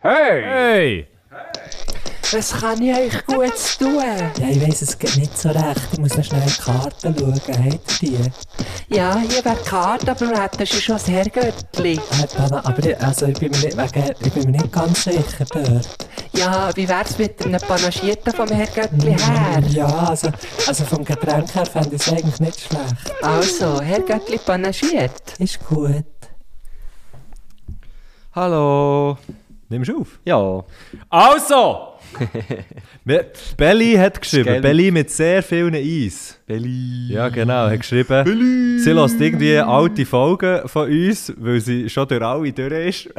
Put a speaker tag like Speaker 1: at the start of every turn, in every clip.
Speaker 1: Hey!
Speaker 2: Hey!
Speaker 3: Was kann ich euch Gutes tun?
Speaker 4: Ja, ich weiss es geht nicht so recht. Ich muss noch schnell in die Karten schauen. Habt ihr die? Äh,
Speaker 3: Ja, hier wäre die Karte, aber das ist schon das Herrgöttli.
Speaker 4: Äh, Dana, aber ich, also ich, bin mir nicht, wegen, ich bin mir nicht ganz sicher dort.
Speaker 3: Ja, wie wär's mit einem Panagierten vom Herrgöttli her?
Speaker 4: Ja, also, also vom Getränk her fände ich es eigentlich nicht schlecht.
Speaker 3: Also, Herrgöttli panagiert.
Speaker 4: Ist gut.
Speaker 5: Hallo.
Speaker 2: Nimmst du auf?
Speaker 5: Ja.
Speaker 2: Also! Wir- Belly hat geschrieben.
Speaker 5: Geil.
Speaker 2: Belly mit sehr vielen Eis.
Speaker 5: Belly.
Speaker 2: Ja, genau, hat geschrieben. Sie lässt irgendwie alte Folgen von uns, weil sie schon durch alle durch ist.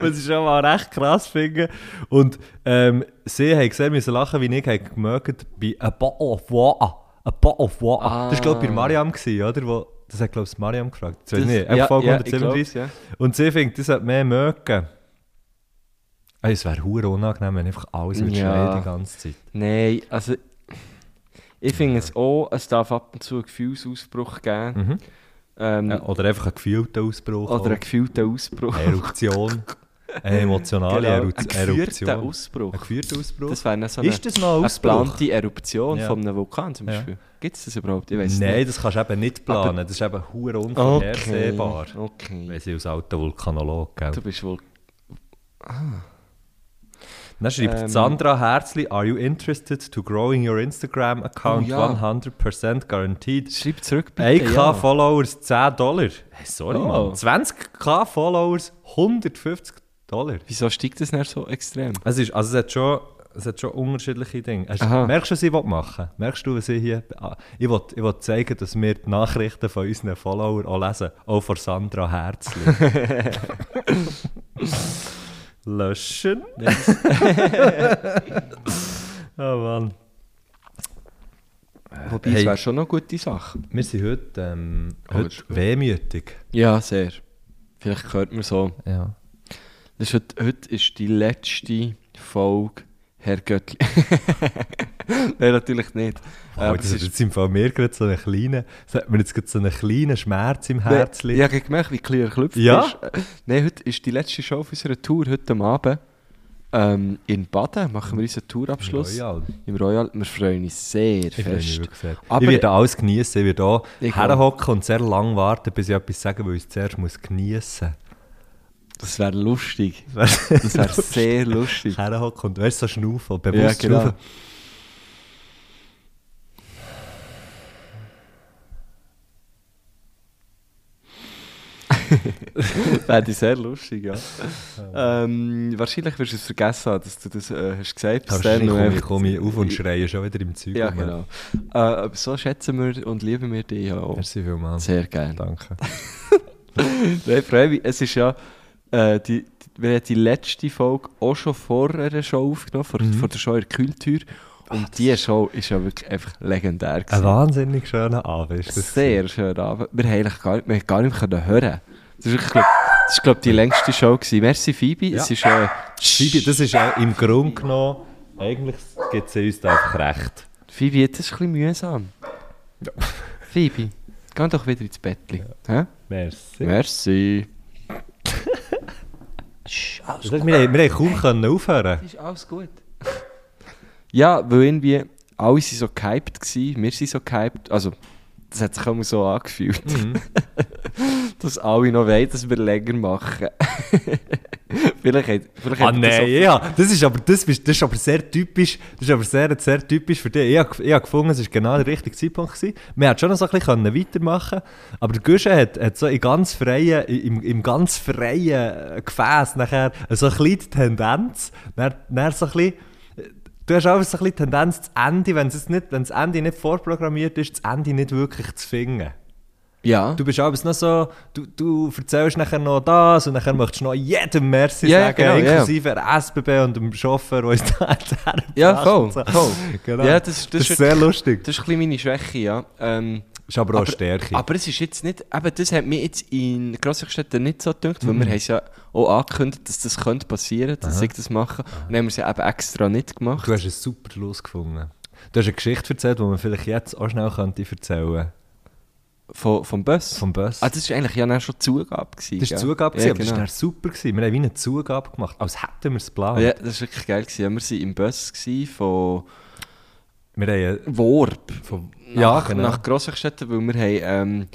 Speaker 2: Was ich schon mal recht krass finde. Und ähm, sie haben sehr müssen lachen, wie ich habe gemerkt bei A Bottle of Water. A Bottle of Water. Das war, glaube ich, bei Mariam, gewesen, oder? Wo, das hat, glaube ich, Mariam gefragt. Ah. Das, weiß ich nicht. Ja, Folge 137. Und sie findet, das sollte mehr mögen. Ey, Es wäre hure unangenehm, wenn einfach alles ja.
Speaker 5: Ja.
Speaker 2: schreien die ganze Zeit.
Speaker 5: Nein, also ich finde es auch, es darf ab und zu einen Gefühlsausbruch geben.
Speaker 2: Mhm.
Speaker 5: Ähm,
Speaker 2: Äh, Oder einfach ein gefühlter Ausbruch.
Speaker 5: oder einen gefühlten Ausbruch.
Speaker 2: eine Eruption. Eine emotionale
Speaker 5: Genau,
Speaker 2: Eru-
Speaker 5: einen
Speaker 2: Eruption.
Speaker 5: gefühlten Ausbruch.
Speaker 2: Ein gefühlter Ausbruch.
Speaker 5: Das wäre dann so eine,
Speaker 2: ist das noch ein
Speaker 5: eine
Speaker 2: Ausbruch?
Speaker 5: geplante Eruption
Speaker 2: Ja.
Speaker 5: von einem Vulkan zum
Speaker 2: Ja.
Speaker 5: Beispiel. Gibt es das überhaupt? Ich weiß
Speaker 2: Nein,
Speaker 5: nicht.
Speaker 2: das kannst du eben nicht planen. das ist eben hure unvorhersehbar.
Speaker 5: Okay. okay.
Speaker 2: Weil sie aus alter Vulkanolog, gell?
Speaker 5: Du bist wohl.
Speaker 2: Dann schreibt
Speaker 5: Ähm.
Speaker 2: Sandra Herzli, are you interested to growing your Instagram account
Speaker 5: Oh, ja.
Speaker 2: 100% guaranteed?
Speaker 5: Schreib zurück bitte.
Speaker 2: 1k
Speaker 5: ja.
Speaker 2: Followers 10 Dollar. Hey, sorry,
Speaker 5: Oh.
Speaker 2: Mann. 20k Followers 150 Dollar.
Speaker 5: Wieso steigt das nicht so extrem?
Speaker 2: Es, ist, also es, hat schon, es hat schon unterschiedliche Dinge. Hast,
Speaker 5: Aha.
Speaker 2: merkst du, was ich will machen Merkst du, was ich hier. ah, Ich will, ich will zeigen, dass wir die Nachrichten von unseren Followern auch lesen. Auch von Sandra Herzli. Löschen. oh Mann. Äh,
Speaker 5: Wobei,
Speaker 2: hey.
Speaker 5: es wäre schon noch eine gute Sache.
Speaker 2: Wir sind heute, ähm,
Speaker 5: Oh, das
Speaker 2: heute
Speaker 5: ist gut.
Speaker 2: wehmütig.
Speaker 5: Ja, sehr. Vielleicht hört man so.
Speaker 2: Ja.
Speaker 5: Das ist heute, heute ist die letzte Folge Herr Göttli. Nein, natürlich nicht.
Speaker 2: Oh, das ist jetzt im Fall mir gerade so einen kleinen, das hat mir jetzt gerade so einen kleinen Schmerz im Herzen.
Speaker 5: Ja, ich habe gemerkt, wie klar Klüpf
Speaker 2: Ja?
Speaker 5: ist. Äh, Nein, heute ist die letzte Show auf unserer Tour, heute am Abend. Ähm, in Baden machen wir unseren Tourabschluss
Speaker 2: Royal.
Speaker 5: im Royal. Wir freuen uns sehr
Speaker 2: Ich freue mich
Speaker 5: fest.
Speaker 2: wirklich sehr.
Speaker 5: Aber-
Speaker 2: ich werde alles genießen, ich werde auch
Speaker 5: Ich
Speaker 2: herhocken und sehr lange warten, bis ich etwas sage, weil ich es zuerst muss geniessen
Speaker 5: Das wäre lustig.
Speaker 2: muss.
Speaker 5: Das wäre sehr lustig.
Speaker 2: herhocken und weißt du, so schnaufen,
Speaker 5: Ja,
Speaker 2: bewusst
Speaker 5: genau.
Speaker 2: schnaufen.
Speaker 5: Fände ich sehr lustig, ja. ähm, wahrscheinlich wirst du es vergessen haben, dass du das äh, hast gesagt hast.
Speaker 2: Wahrscheinlich komme ich, komme ich auf und um. schreie schon wieder im Zeug
Speaker 5: Ja,
Speaker 2: rum.
Speaker 5: genau. Äh, aber so schätzen wir und lieben wir dich ja auch.
Speaker 2: Merci vielmals.
Speaker 5: Sehr gerne.
Speaker 2: Danke.
Speaker 5: Nein, freue mich. Es ist ja, äh, die, die, wir haben die letzte Folge auch schon vor einer Show aufgenommen, vor,
Speaker 2: Mhm.
Speaker 5: vor der Show in der Kühltür.
Speaker 2: Ah,
Speaker 5: Und diese Show ist ja wirklich einfach legendär.
Speaker 2: Ein
Speaker 5: gewesen.
Speaker 2: wahnsinnig schöner Abend ist das.
Speaker 5: Sehr schön Abend. Wir haben eigentlich gar, wir haben gar nicht mehr können hören. Das ist, glaube ich, glaub, die längste Show gewesen. Merci, Phoebe. Es
Speaker 2: Ja.
Speaker 5: ist, äh,
Speaker 2: Phoebe, das ist auch im Grunde genommen, eigentlich gibt es uns da einfach recht.
Speaker 5: Phoebe, das ist ein bisschen mühsam. Phoebe, geh doch wieder ins Bett. Hä?
Speaker 2: Merci.
Speaker 5: Merci.
Speaker 2: Das heißt, wir, haben- wir haben kaum können aufhören.
Speaker 5: Ist alles gut. ja, weil irgendwie alle waren so gehypt, gewesen, wir sind so gehypt. Also, das hat sich auch mal so angefühlt.
Speaker 2: Mhm.
Speaker 5: dass alle noch wollen, dass wir länger machen. vielleicht hat, vielleicht
Speaker 2: Ah
Speaker 5: hat das
Speaker 2: nein, ja, das ist aber, das, bist- das ist aber sehr typisch, das ist aber sehr, sehr typisch für dich. Ich habe, ich habe gefunden, es war genau der richtige Zeitpunkt. Gewesen. Man hätte schon noch so ein bisschen können weitermachen können, aber der Guschen hat, hat so in ganz freien, im, im ganz freien äh, Gefäß nachher so ein bisschen die Tendenz, dann, dann so ein bisschen, du hast auch so ein bisschen die Tendenz, das Ende, wenn es nicht, wenn das Ende nicht vorprogrammiert ist, das Ende nicht wirklich zu finden.
Speaker 5: so, ja.
Speaker 2: Du bist aber noch so, du, du erzählst nachher noch das und nachher möchtest du noch jedem Merci
Speaker 5: Ja, ja,
Speaker 2: sagen,
Speaker 5: genau, ja.
Speaker 2: inklusive der SBB und dem Chauffeur, der uns da herbracht.
Speaker 5: Ja, voll, voll.
Speaker 2: Genau.
Speaker 5: Ja, das, das,
Speaker 2: Das ist
Speaker 5: ist,
Speaker 2: sehr lustig.
Speaker 5: das ist ein bisschen meine Schwäche, ja. Ähm,
Speaker 2: Ist aber auch eine Stärke.
Speaker 5: Aber es ist jetzt nicht, eben das hat mir jetzt in Grossstädten nicht so gedacht, weil
Speaker 2: Mhm.
Speaker 5: wir haben es ja auch angekündigt, dass das könnte passieren, dass ich das mache. Und dann haben wir es ja eben extra nicht gemacht.
Speaker 2: du hast einen super Schluss gefunden. Du hast eine Geschichte erzählt, die man vielleicht jetzt auch schnell könnte erzählen könnte.
Speaker 5: Von, vom Bus?
Speaker 2: vom Bus.
Speaker 5: Ah, das war eigentlich ja dann schon Zugabe. Gewesen,
Speaker 2: das war
Speaker 5: gell?
Speaker 2: Zugabe,
Speaker 5: ja,
Speaker 2: gewesen,
Speaker 5: genau.
Speaker 2: aber das war dann super. Gewesen. Wir haben wie eine Zugabe gemacht, als hätten wir es geplant.
Speaker 5: Ja, das war wirklich geil. Gewesen. Wir waren im Bus gewesen von
Speaker 2: Wir haben...
Speaker 5: Worb
Speaker 2: äh, Von,
Speaker 5: nach, nach Grossenstädten, weil wir haben, ähm,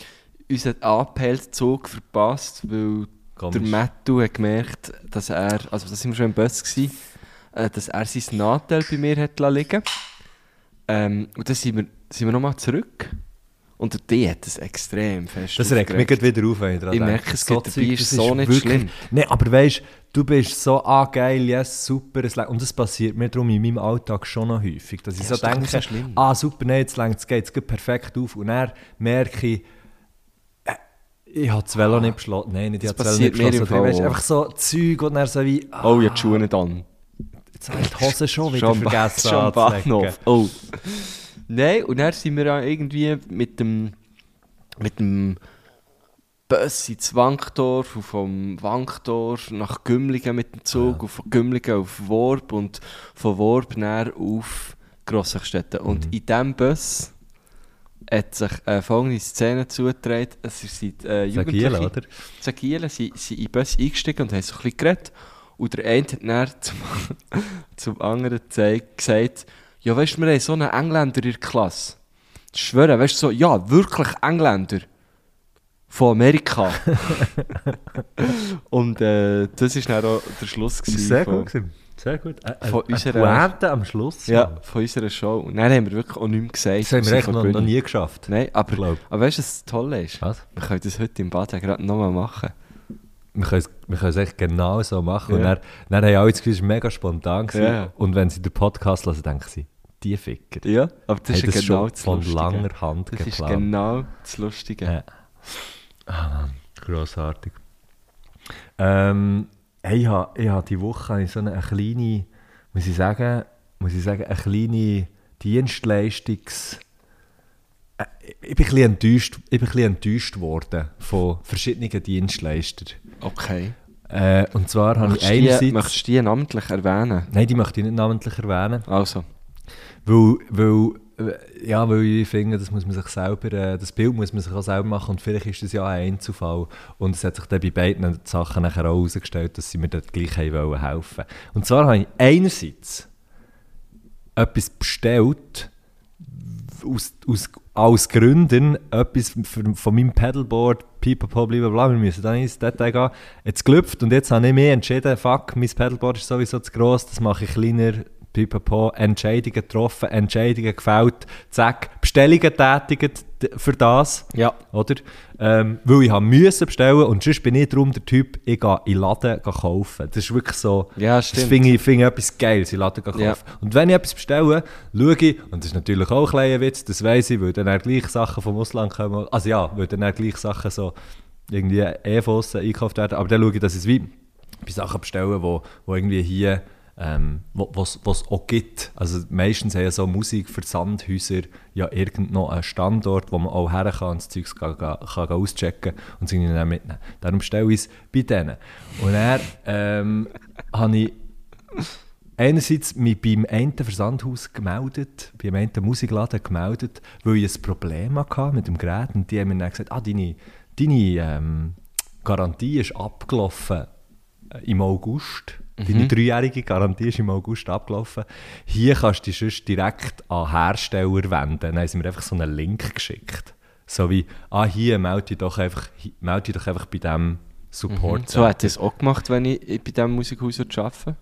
Speaker 5: unseren APL-Zug verpasst, weil der
Speaker 2: Komisch.
Speaker 5: Mattu hat gemerkt, dass er, also das sind wir schon im Bus gewesen, äh, dass er sein Nadel bei mir hat lassen liegen. Ähm, und dann sind wir, sind wir nochmal zurück. Und der D hat das extrem fest
Speaker 2: Das regt mich
Speaker 5: aufgeregt.
Speaker 2: gerade wieder auf, wenn ich daran
Speaker 5: Ich
Speaker 2: denke.
Speaker 5: merke, es geht dabei,
Speaker 2: Zeug,
Speaker 5: ist
Speaker 2: das
Speaker 5: so nicht
Speaker 2: wirklich-
Speaker 5: schlimm.
Speaker 2: Nein, aber weißt du, bist so, ah geil, yes, super, es lä- und das passiert mir darum in meinem Alltag schon noch häufig, dass ich
Speaker 5: Ja,
Speaker 2: so
Speaker 5: ist doch
Speaker 2: denke,
Speaker 5: nicht so schlimm.
Speaker 2: ah super, nein, jetzt längt es, geht es perfekt auf und dann merke ich, äh, ich habe das Velo nicht beschlossen, nein, nicht, ich
Speaker 5: Ah, Das
Speaker 2: habe das Velo nicht
Speaker 5: passiert mir
Speaker 2: beschlossen,
Speaker 5: im
Speaker 2: oder weißt,
Speaker 5: Fall auch.
Speaker 2: einfach so Zeug und dann so wie, ah,
Speaker 5: Oh, ja, die Schuhe nicht an.
Speaker 2: jetzt habe ich die Hose schon wieder
Speaker 5: Schon am Ba-
Speaker 2: vergessen
Speaker 5: schon am
Speaker 2: anzulegen.
Speaker 5: Bahnhof. Oh. Nein, und dann sind wir ja irgendwie mit dem, mit dem Bus ins Wankdorf und vom Wankdorf nach Gümligen mit dem Zug und von Gümligen auf Worb und von Worb dann auf Grossachstädte.
Speaker 2: Mhm.
Speaker 5: Und in diesem Bus hat sich äh, folgende Szene zugetragen. Es sind äh, Jugendliche...
Speaker 2: Sagiele, oder?
Speaker 5: zu Gielen, sie, sie in den Bus eingestiegen und haben so ein bisschen geredet. Und der eine hat dann zum, zum anderen gezeigt, gesagt, ja weisst du, wir haben so einen Engländer in der Klasse. Ich schwöre, weisst du, so, ja, wirklich Engländer. Von Amerika. und äh, das war dann auch der Schluss. gewesen
Speaker 2: Sehr
Speaker 5: von,
Speaker 2: gut, gewesen. sehr gut. Ä-
Speaker 5: Von
Speaker 2: Ä eine
Speaker 5: unserer-
Speaker 2: Pointe am Schluss.
Speaker 5: ja, von unserer Show. Und dann haben wir wirklich auch nichts gesagt.
Speaker 2: Das haben wir
Speaker 5: Wir
Speaker 2: echt
Speaker 5: sind
Speaker 2: noch,
Speaker 5: von der
Speaker 2: noch
Speaker 5: Bühne.
Speaker 2: nie geschafft.
Speaker 5: Nein, aber,
Speaker 2: glaub.
Speaker 5: aber weißt du, was das Tolle ist?
Speaker 2: Was?
Speaker 5: Wir können das heute im Bad ja gerade nochmal machen.
Speaker 2: Wir können, es, wir können es echt genau so machen. Und
Speaker 5: Ja.
Speaker 2: dann, dann haben alle das Gefühl, es war mega spontan. Gewesen.
Speaker 5: Ja.
Speaker 2: Und wenn sie den Podcast hören, denken sie, die Ficker.
Speaker 5: Ja, aber das
Speaker 2: haben
Speaker 5: ist ja
Speaker 2: das
Speaker 5: genau
Speaker 2: schon
Speaker 5: das
Speaker 2: von
Speaker 5: Lustige.
Speaker 2: langer Hand
Speaker 5: Das ist
Speaker 2: geplant.
Speaker 5: genau das Lustige.
Speaker 2: Ja. Grossartig. Ähm, hey, ich habe, ich habe diese Woche habe ich so eine, eine kleine, muss ich sagen, muss ich sagen, eine kleine Dienstleistungs... Äh, Ich bin, ein bisschen enttäuscht, ich bin ein bisschen enttäuscht worden von verschiedenen Dienstleistern.
Speaker 5: Okay.
Speaker 2: Äh, und zwar habe ich
Speaker 5: Möchtest du die,
Speaker 2: einerseits...
Speaker 5: möchtest du die namentlich erwähnen?
Speaker 2: Nein, die möchte ich nicht namentlich erwähnen.
Speaker 5: Also,
Speaker 2: Weil, weil, äh, ja, weil ich finde, das muss man sich selber, äh, das Bild muss man sich auch selber machen und vielleicht ist das ja ein Einzelfall. Und es hat sich dann bei beiden Sachen nachher auch herausgestellt, dass sie mir dort gleich haben wollen helfen. Und zwar habe ich einerseits etwas bestellt, aus, aus, aus Gründen, etwas für, von meinem Pedalboard, pipapo, blablabla, wir müssen dann ins Detail gehen, jetzt gelüpft und jetzt habe ich mich entschieden, fuck, mein Pedalboard ist sowieso zu gross, das mache ich kleiner, pipapo, Entscheidungen getroffen, Entscheidungen gefällt, zack, Bestellungen tätigt d- für das,
Speaker 5: ja.
Speaker 2: oder? Ähm, weil ich habe müssen bestellen und sonst bin ich darum der Typ, ich gehe in den Laden gehe kaufen. Das ist wirklich so...
Speaker 5: Ja,
Speaker 2: Das
Speaker 5: stimmt.
Speaker 2: finde ich, finde ich etwas Geiles, in Laden kaufen.
Speaker 5: Ja.
Speaker 2: Und wenn ich etwas bestelle, schaue ich, und das ist natürlich auch ein kleiner Witz, das weiss ich, weil dann auch gleich Sachen vom Ausland kommen, also ja, weil dann auch gleich Sachen so irgendwie eh von aussen eingekauft werden, aber dann schaue ich, dass ich es wie bei Sachen bestelle, wo, wo irgendwie hier, ähm, wo was was auch gibt. Also meistens haben ja so Musikversandhäuser ja irgend noch einen Standort, wo man auch her kann und das Zeug kann, kann, kann auschecken und es irgendwie dann mitnehmen. Darum bestelle ich es bei denen. Und dann ähm, habe ich einerseits mich beim einen Versandhaus gemeldet, beim einen Musikladen gemeldet, weil ich ein Problem hatte mit dem Gerät und die haben mir dann gesagt, ah, deine, deine ähm, Garantie ist abgelaufen äh, im August. Deine dreijährige Garantie ist im August abgelaufen. Hier kannst du dich sonst direkt an Hersteller wenden. Dann haben sie mir einfach so einen Link geschickt. So wie, ah, hier melde dich doch einfach, hi- melde dich doch einfach bei diesem Support.
Speaker 5: Mhm. So hätte ich es auch gemacht, wenn ich bei diesem Musikhaus arbeiten würde.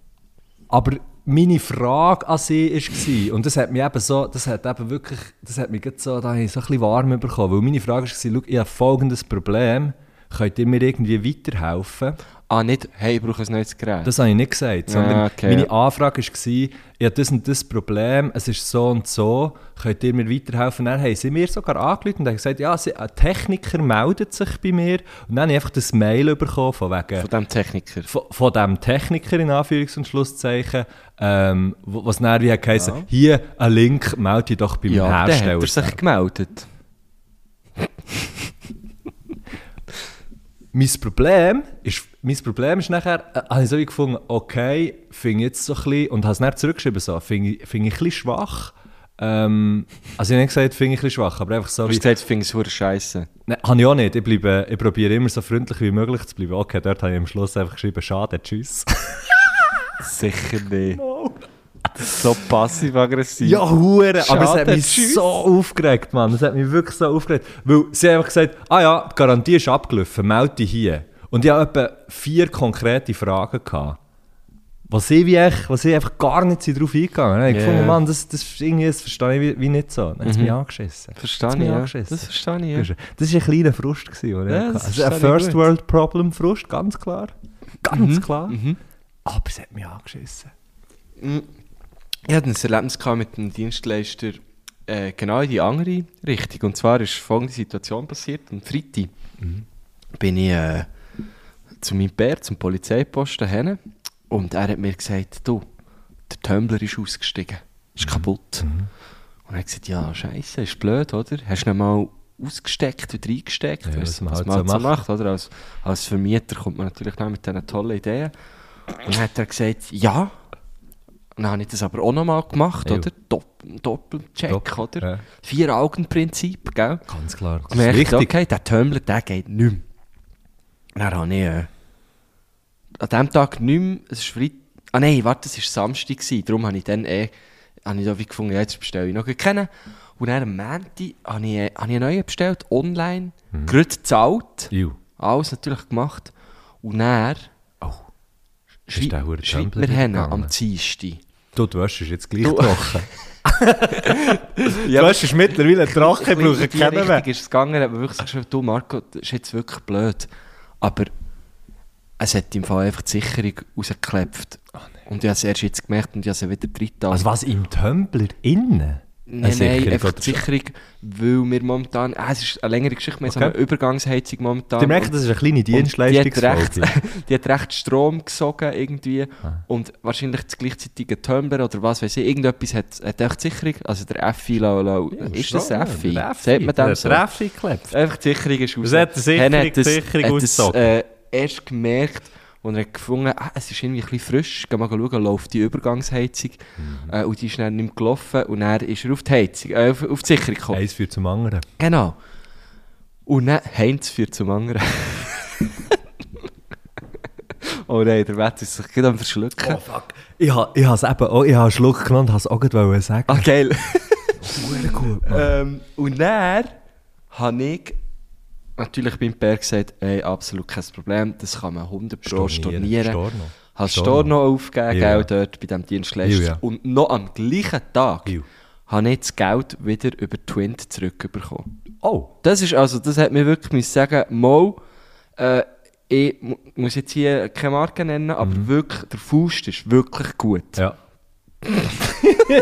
Speaker 2: Aber meine Frage an sie war, und das hat mich eben so, das hat eben wirklich, das hat mich gerade so, da habe ich so ein bisschen warm bekommen, weil meine Frage war, schau, ich habe folgendes Problem, könnt ihr mir irgendwie weiterhelfen?
Speaker 5: Ah, nicht, hey, ich brauche ein neues Gerät.
Speaker 2: Das habe ich nicht gesagt, sondern
Speaker 5: Ja, okay.
Speaker 2: meine Anfrage war, ich habe das und das Problem, es ist so und so, könnt ihr mir weiterhelfen? Dann haben sie mir sogar angerufen und haben gesagt, ja, sie, ein Techniker meldet sich bei mir. Und dann habe ich einfach das Mail bekommen von wegen...
Speaker 5: Von diesem Techniker.
Speaker 2: von, von dem Techniker in Anführungs- und Schlusszeichen, ähm, wo- was näher wie heisst, hier ein Link, melde dich doch beim
Speaker 5: ja, dann hat
Speaker 2: Hersteller.
Speaker 5: er sich gemeldet.
Speaker 2: Mein Problem ist, mein Problem ist nachher, äh, habe ich so wie gefunden, okay, finde ich jetzt so ein bisschen, und habe es dann zurückgeschrieben, so, finde ich, finde ich ein bisschen schwach, Ähm, also ich habe nicht gesagt, finde ich ein bisschen schwach, aber einfach so
Speaker 5: Du
Speaker 2: wie...
Speaker 5: hast gesagt, ich finde es verdammt scheisse.
Speaker 2: Nein, habe ich auch nicht. Ich, bleibe, ich probiere immer so freundlich wie möglich zu bleiben. Okay, dort habe ich am Schluss einfach geschrieben, schade, tschüss.
Speaker 5: Sicher nicht. Das ist so passiv-aggressiv.
Speaker 2: Ja, Hure, aber es hat
Speaker 5: Schade,
Speaker 2: mich
Speaker 5: tschüss.
Speaker 2: so aufgeregt, Mann. Es hat mich wirklich so aufgeregt. Weil sie haben einfach gesagt, ah ja, die Garantie ist abgelaufen, melde dich hier. Und ich hatte etwa vier konkrete Fragen. Gehabt, was ich, wie echt, was ich einfach gar nicht so drauf eingegangen bin. Ich
Speaker 5: Ja.
Speaker 2: fand, Mann, das, das, ist irgendwie, das verstehe ich wie, wie nicht so. Dann hat es mich angeschissen.
Speaker 5: Verstehe
Speaker 2: Hat's
Speaker 5: ich,
Speaker 2: mich
Speaker 5: ja.
Speaker 2: angeschissen.
Speaker 5: Das verstehe ich, Mhm. ja.
Speaker 2: Das war ein kleiner Frust. Gewesen, den ich
Speaker 5: Ja,
Speaker 2: hatte.
Speaker 5: das
Speaker 2: also ein
Speaker 5: verstehe ich gut. Mhm.
Speaker 2: First-World-Problem-Frust, ganz klar. Ganz klar. Aber es hat mich angeschissen.
Speaker 5: Ich hatte ein Erlebnis gehabt mit einem Dienstleister äh, genau in die andere Richtung. Und zwar ist folgende Situation passiert. Am Freitag
Speaker 2: Mhm.
Speaker 5: bin ich äh, zu meinem Bär, zum Polizeiposten hin. Und er hat mir gesagt, du, der Tumblr ist ausgestiegen.
Speaker 2: Mhm.
Speaker 5: Ist kaputt. Und er hat gesagt, ja, scheiße, ist blöd, oder? Hast du nicht mal ausgesteckt und reingesteckt?
Speaker 2: Ja, was
Speaker 5: Weisst du,
Speaker 2: man halt so
Speaker 5: so macht, oder? Als, als Vermieter kommt man natürlich auch mit diesen tollen Ideen. Und dann hat er gesagt, ja. Und dann habe ich das aber auch nochmal gemacht,
Speaker 2: Ja.
Speaker 5: oder? Dopp Doppelcheck,
Speaker 2: Doppel,
Speaker 5: oder?
Speaker 2: ja.
Speaker 5: Vier-Augen-Prinzip, gell?
Speaker 2: Ganz klar. Das ist
Speaker 5: gemerkt,
Speaker 2: wichtig.
Speaker 5: okay, der Tömmler, der geht nicht mehr. Dann habe ich äh, an diesem Tag nicht mehr, es ist Freit ah nein, warte, es war Samstag, gewesen, darum habe ich dann eh, habe ich da wie gefunden, ja, jetzt bestelle ich noch kennen. Und dann am Montag habe ich, äh, habe ich einen neuen bestellt, online, mhm. gerade gezahlt,
Speaker 2: Iu.
Speaker 5: alles natürlich gemacht. Und dann
Speaker 2: Oh.
Speaker 5: schrei-
Speaker 2: der verdammt
Speaker 5: schreibt mir
Speaker 2: wieder
Speaker 5: hin,
Speaker 2: gegangen?
Speaker 5: am Dienstag.
Speaker 2: Du, die Wäsche ist jetzt gleich
Speaker 5: Du-
Speaker 2: trocken.
Speaker 5: Ja,
Speaker 2: Wäsche ist mittlerweile trocken, ich brauche
Speaker 5: in die
Speaker 2: keinen mehr.
Speaker 5: Richtung ist es gegangen, hat man wirklich gesagt, du Marco, das ist jetzt wirklich blöd. Aber es hat im Fall einfach die Sicherung rausgeklepft. und ich habe es erst jetzt gemerkt und ich habe es wieder dritte
Speaker 2: Also was, im Tumblr innen?
Speaker 5: Nein, nein,
Speaker 2: Sicherung
Speaker 5: einfach
Speaker 2: oder
Speaker 5: die
Speaker 2: so?
Speaker 5: Sicherung, weil wir momentan, ah, es ist eine längere Geschichte, wir haben so
Speaker 2: Okay.
Speaker 5: eine Übergangsheizung momentan.
Speaker 2: Ihr merkt, das ist eine kleine
Speaker 5: Die
Speaker 2: Dienstleistungsfolge.
Speaker 5: hat, recht, die hat recht Strom gesogen irgendwie
Speaker 2: Ah.
Speaker 5: und wahrscheinlich das gleichzeitige Tumblr oder was weiß ich, irgendetwas hat, hat echt die Sicherung, also der Effi, lau, lau. ist das Effi? Sagt man dem so?
Speaker 2: Treffi geklebt.
Speaker 5: Einfach die Sicherung ist raus.
Speaker 2: Was hat die Sicherung-
Speaker 5: Dann hat es-
Speaker 2: die Sicherung
Speaker 5: hat es,
Speaker 2: ausgezogen?
Speaker 5: äh, erst gemerkt, und er hat gefunden, ah, es ist irgendwie ein bisschen frisch. Geh mal schauen, läuft die Übergangsheizung.
Speaker 2: Mhm.
Speaker 5: Äh, und die ist dann nicht mehr gelaufen. Und dann ist er auf die Heizung, äh, auf, auf die Sicherung gekommen.
Speaker 2: Eins führt zum anderen.
Speaker 5: Genau. Und dann Heinz führt zum anderen. oh nein, der Wett ist sich gerade am verschlucken.
Speaker 2: Oh fuck. Ich habe ich es eben auch, ich habe einen Schluck genommen und habe es auch gerade wollen sagen. Äh,
Speaker 5: Ah, geil.
Speaker 2: Sehr gut.
Speaker 5: Ähm, und dann habe ich natürlich beim Berg gesagt, ey, absolut kein Problem, das kann man 100 Pro stornieren.
Speaker 2: Storno.
Speaker 5: Hast
Speaker 2: Storno.
Speaker 5: Storno aufgegeben,
Speaker 2: Ja.
Speaker 5: gell, dort bei diesem Dienstleister.
Speaker 2: Ja, ja.
Speaker 5: Und noch am gleichen Tag
Speaker 2: Ja.
Speaker 5: habe ich das Geld wieder über Twint zurückbekommen.
Speaker 2: Oh,
Speaker 5: Das ist also, das hat mir wirklich müssen sagen, Mo, äh, ich mu- muss jetzt hier keine Marke nennen, aber wirklich, der Faust ist wirklich gut.
Speaker 2: Mhm. ja.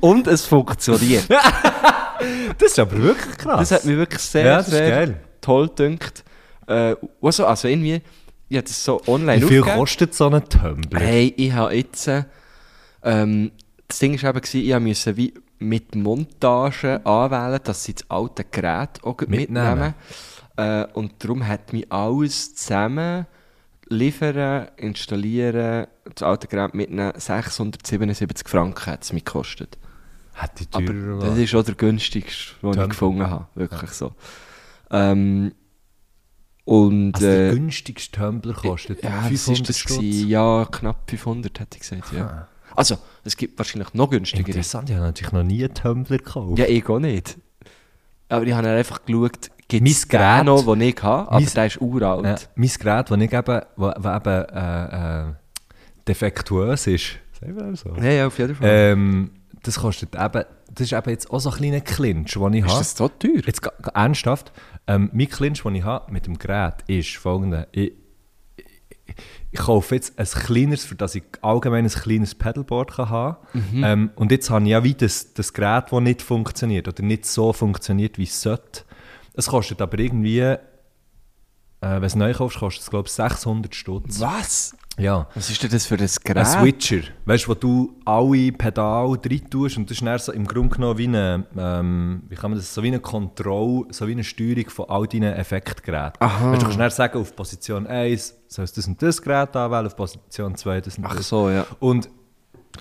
Speaker 5: Und es funktioniert.
Speaker 2: Das ist aber wirklich krass.
Speaker 5: Das hat mich wirklich sehr,
Speaker 2: Ja, das ist
Speaker 5: sehr
Speaker 2: geil.
Speaker 5: toll gedünkt. Äh, also, also irgendwie, ich habe das so online
Speaker 2: Wie viel
Speaker 5: aufgegeben.
Speaker 2: kostet so ein Tumblr?
Speaker 5: Hey, ich habe jetzt... äh, Ähm, das Ding war eben, gewesen, ich musste wie mit Montage anwählen, dass sie das alte Gerät auch gleich
Speaker 2: Mitnehmen.
Speaker 5: mitnehmen. Äh, und darum hat mich alles zusammen liefern, installieren, das alte Gerät mitnehmen, 677 Franken hat es mich gekostet.
Speaker 2: Hat die Also
Speaker 5: Aber
Speaker 2: teurer
Speaker 5: das
Speaker 2: gemacht.
Speaker 5: ist auch der günstigste, den
Speaker 2: Tempo.
Speaker 5: ich gefunden habe. Wirklich so. Ähm, und.
Speaker 2: Also der
Speaker 5: äh,
Speaker 2: günstigste Tumblr kostet
Speaker 5: ja, was ist
Speaker 2: 500
Speaker 5: das
Speaker 2: Stutz. Ah,
Speaker 5: gewesen? Ja, knapp 500 hätte ich gesagt. Ja. Also, es gibt wahrscheinlich noch günstigere.
Speaker 2: Interessant, ich habe natürlich noch nie einen Tumblr gekauft.
Speaker 5: Ja, ich auch nicht. Aber ich habe dann einfach geschaut, gibt
Speaker 2: Mein
Speaker 5: es den
Speaker 2: Gerät-
Speaker 5: noch, den ich habe, aber
Speaker 2: mein-
Speaker 5: der ist uralt.
Speaker 2: Ja, mein Gerät, das ich eben, wo, wo eben äh, äh, defektuös ist, sagen wir also. so.
Speaker 5: Ja, ja, auf jeden Fall.
Speaker 2: Ähm, das kostet eben, das ist eben jetzt auch so ein kleiner Clinch, den ich
Speaker 5: ist
Speaker 2: habe.
Speaker 5: das so teuer?
Speaker 2: Jetzt ga- ga- ernsthaft, ähm, mein Clinch, den ich habe mit dem Gerät, ist folgender. Ich, ich- ich kaufe jetzt ein kleines, für das ich allgemein ein kleines Pedalboard kann haben
Speaker 5: Mhm.
Speaker 2: ähm, Und jetzt habe ich ja wie das, das Gerät, das nicht funktioniert oder nicht so funktioniert, wie es sollte. Es kostet aber irgendwie, äh, wenn du es neu kaufst, kostet es glaube ich 600 Stutz.
Speaker 5: Was?
Speaker 2: Ja.
Speaker 5: Was ist denn das für ein Gerät?
Speaker 2: Ein Switcher, weißt du, wo du alle Pedale rein tust und das ist dann so im Grunde genommen wie eine, ähm, wie kann man das, so wie eine Control, so wie eine Steuerung von all deinen Effektgeräten.
Speaker 5: Aha.
Speaker 2: Weißt, du kannst dann sagen, auf Position 1 sollst du das und das Gerät anwählen, auf Position 2 das und
Speaker 5: Ach
Speaker 2: das.
Speaker 5: so, ja.
Speaker 2: Und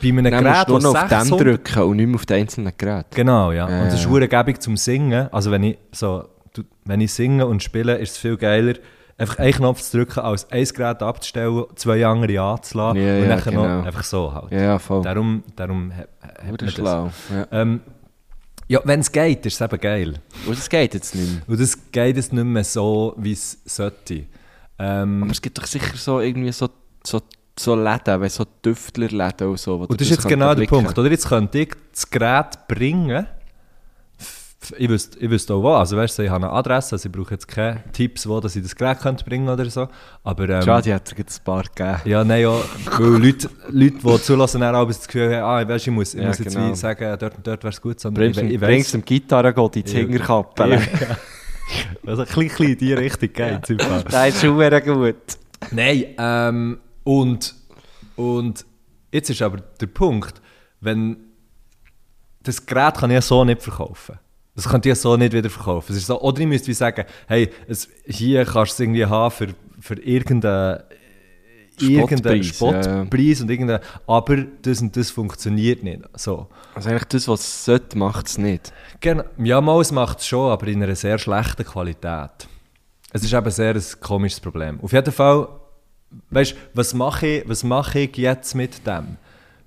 Speaker 2: bei einem
Speaker 5: Dann musst
Speaker 2: Gerät,
Speaker 5: du nur
Speaker 2: das
Speaker 5: noch auf dem
Speaker 2: 600...
Speaker 5: drücken und nicht mehr auf den einzelnen Gerät.
Speaker 2: Genau, ja.
Speaker 5: Ja,
Speaker 2: Und es ist
Speaker 5: ja.
Speaker 2: hure gebig zum Singen. Also wenn ich so, du- wenn ich singe und spiele, ist es viel geiler, einfach einen Knopf zu drücken, als ein Gerät abzustellen, zwei andere anzulassen
Speaker 5: Ja,
Speaker 2: und
Speaker 5: ja,
Speaker 2: dann
Speaker 5: genau.
Speaker 2: noch einfach so halt.
Speaker 5: Ja, ja, voll.
Speaker 2: Darum, darum hat, hat man
Speaker 5: Hure
Speaker 2: das.
Speaker 5: schlau. Ja.
Speaker 2: Ähm, ja, wenn es geht, ist es eben geil.
Speaker 5: Und das geht jetzt nicht mehr.
Speaker 2: Und das geht es nicht mehr so, wie es sollte. Ähm,
Speaker 5: Aber es gibt doch sicher so irgendwie so, so, so Läden, weißt, so Düftlerläden und so. wo du
Speaker 2: und das ist jetzt
Speaker 5: könnte
Speaker 2: genau der
Speaker 5: blicken.
Speaker 2: Punkt. Oder jetzt könnte ich das Gerät bringen. F- f- Ich wüsste, ich wüsste auch wo. Also weißt du, ich habe eine Adresse, also ich brauche jetzt keine Tipps, wo dass ich das Gerät könnte bringen oder so. Aber ähm,
Speaker 5: Schade, ich hätte dir jetzt ein paar gegeben.
Speaker 2: Ja, nein, ja, weil Leute, Leute die zulassen, dann auch das Gefühl haben, ah, weißt, ich muss, ich
Speaker 5: Ja,
Speaker 2: muss jetzt
Speaker 5: genau.
Speaker 2: wie sagen, dort und dort wäre es gut, sondern ich,
Speaker 5: Bringst
Speaker 2: we-
Speaker 5: du
Speaker 2: ich weiss-
Speaker 5: bringst dem Gitarrengott in die
Speaker 2: Ja.
Speaker 5: Fingerkappe.
Speaker 2: Also ein bisschen in die Richtung geht es.
Speaker 5: Der ist super gut.
Speaker 2: Nein, ähm, und, und jetzt ist aber der Punkt, wenn das Gerät kann ich ja so nicht verkaufen. Das könnte ich ja so nicht wieder verkaufen. Es ist so, oder ich müsste wie sagen, hey, es, hier kannst du es irgendwie haben für, für irgendeinen irgendeinen
Speaker 5: Spottpreis, ja, ja.
Speaker 2: Spottpreis und irgendeinen, aber das und das funktioniert nicht. So.
Speaker 5: Also eigentlich das, was es sollte, macht es nicht.
Speaker 2: Genau. Ja, mal, es macht es schon, aber in einer sehr schlechten Qualität. Es ist eben sehr ein komisches Problem. Auf jeden Fall, weißt du, was mache ich, was mache ich jetzt mit dem?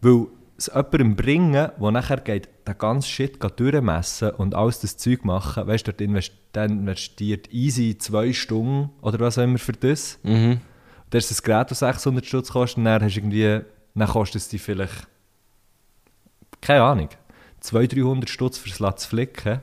Speaker 2: Weil es jemandem bringen, der nachher geht, den ganzen Shit geht durchmessen und alles das Zeug machen, weißt du, dort invest der investiert easy zwei Stunden oder was auch immer für das.
Speaker 5: Mhm.
Speaker 2: Dann ist das Gerät, das 600 Stutz kostet, und dann, hast du irgendwie, dann kostet es dich vielleicht, keine Ahnung, 200, 300 Stutz fürs Latz flicken,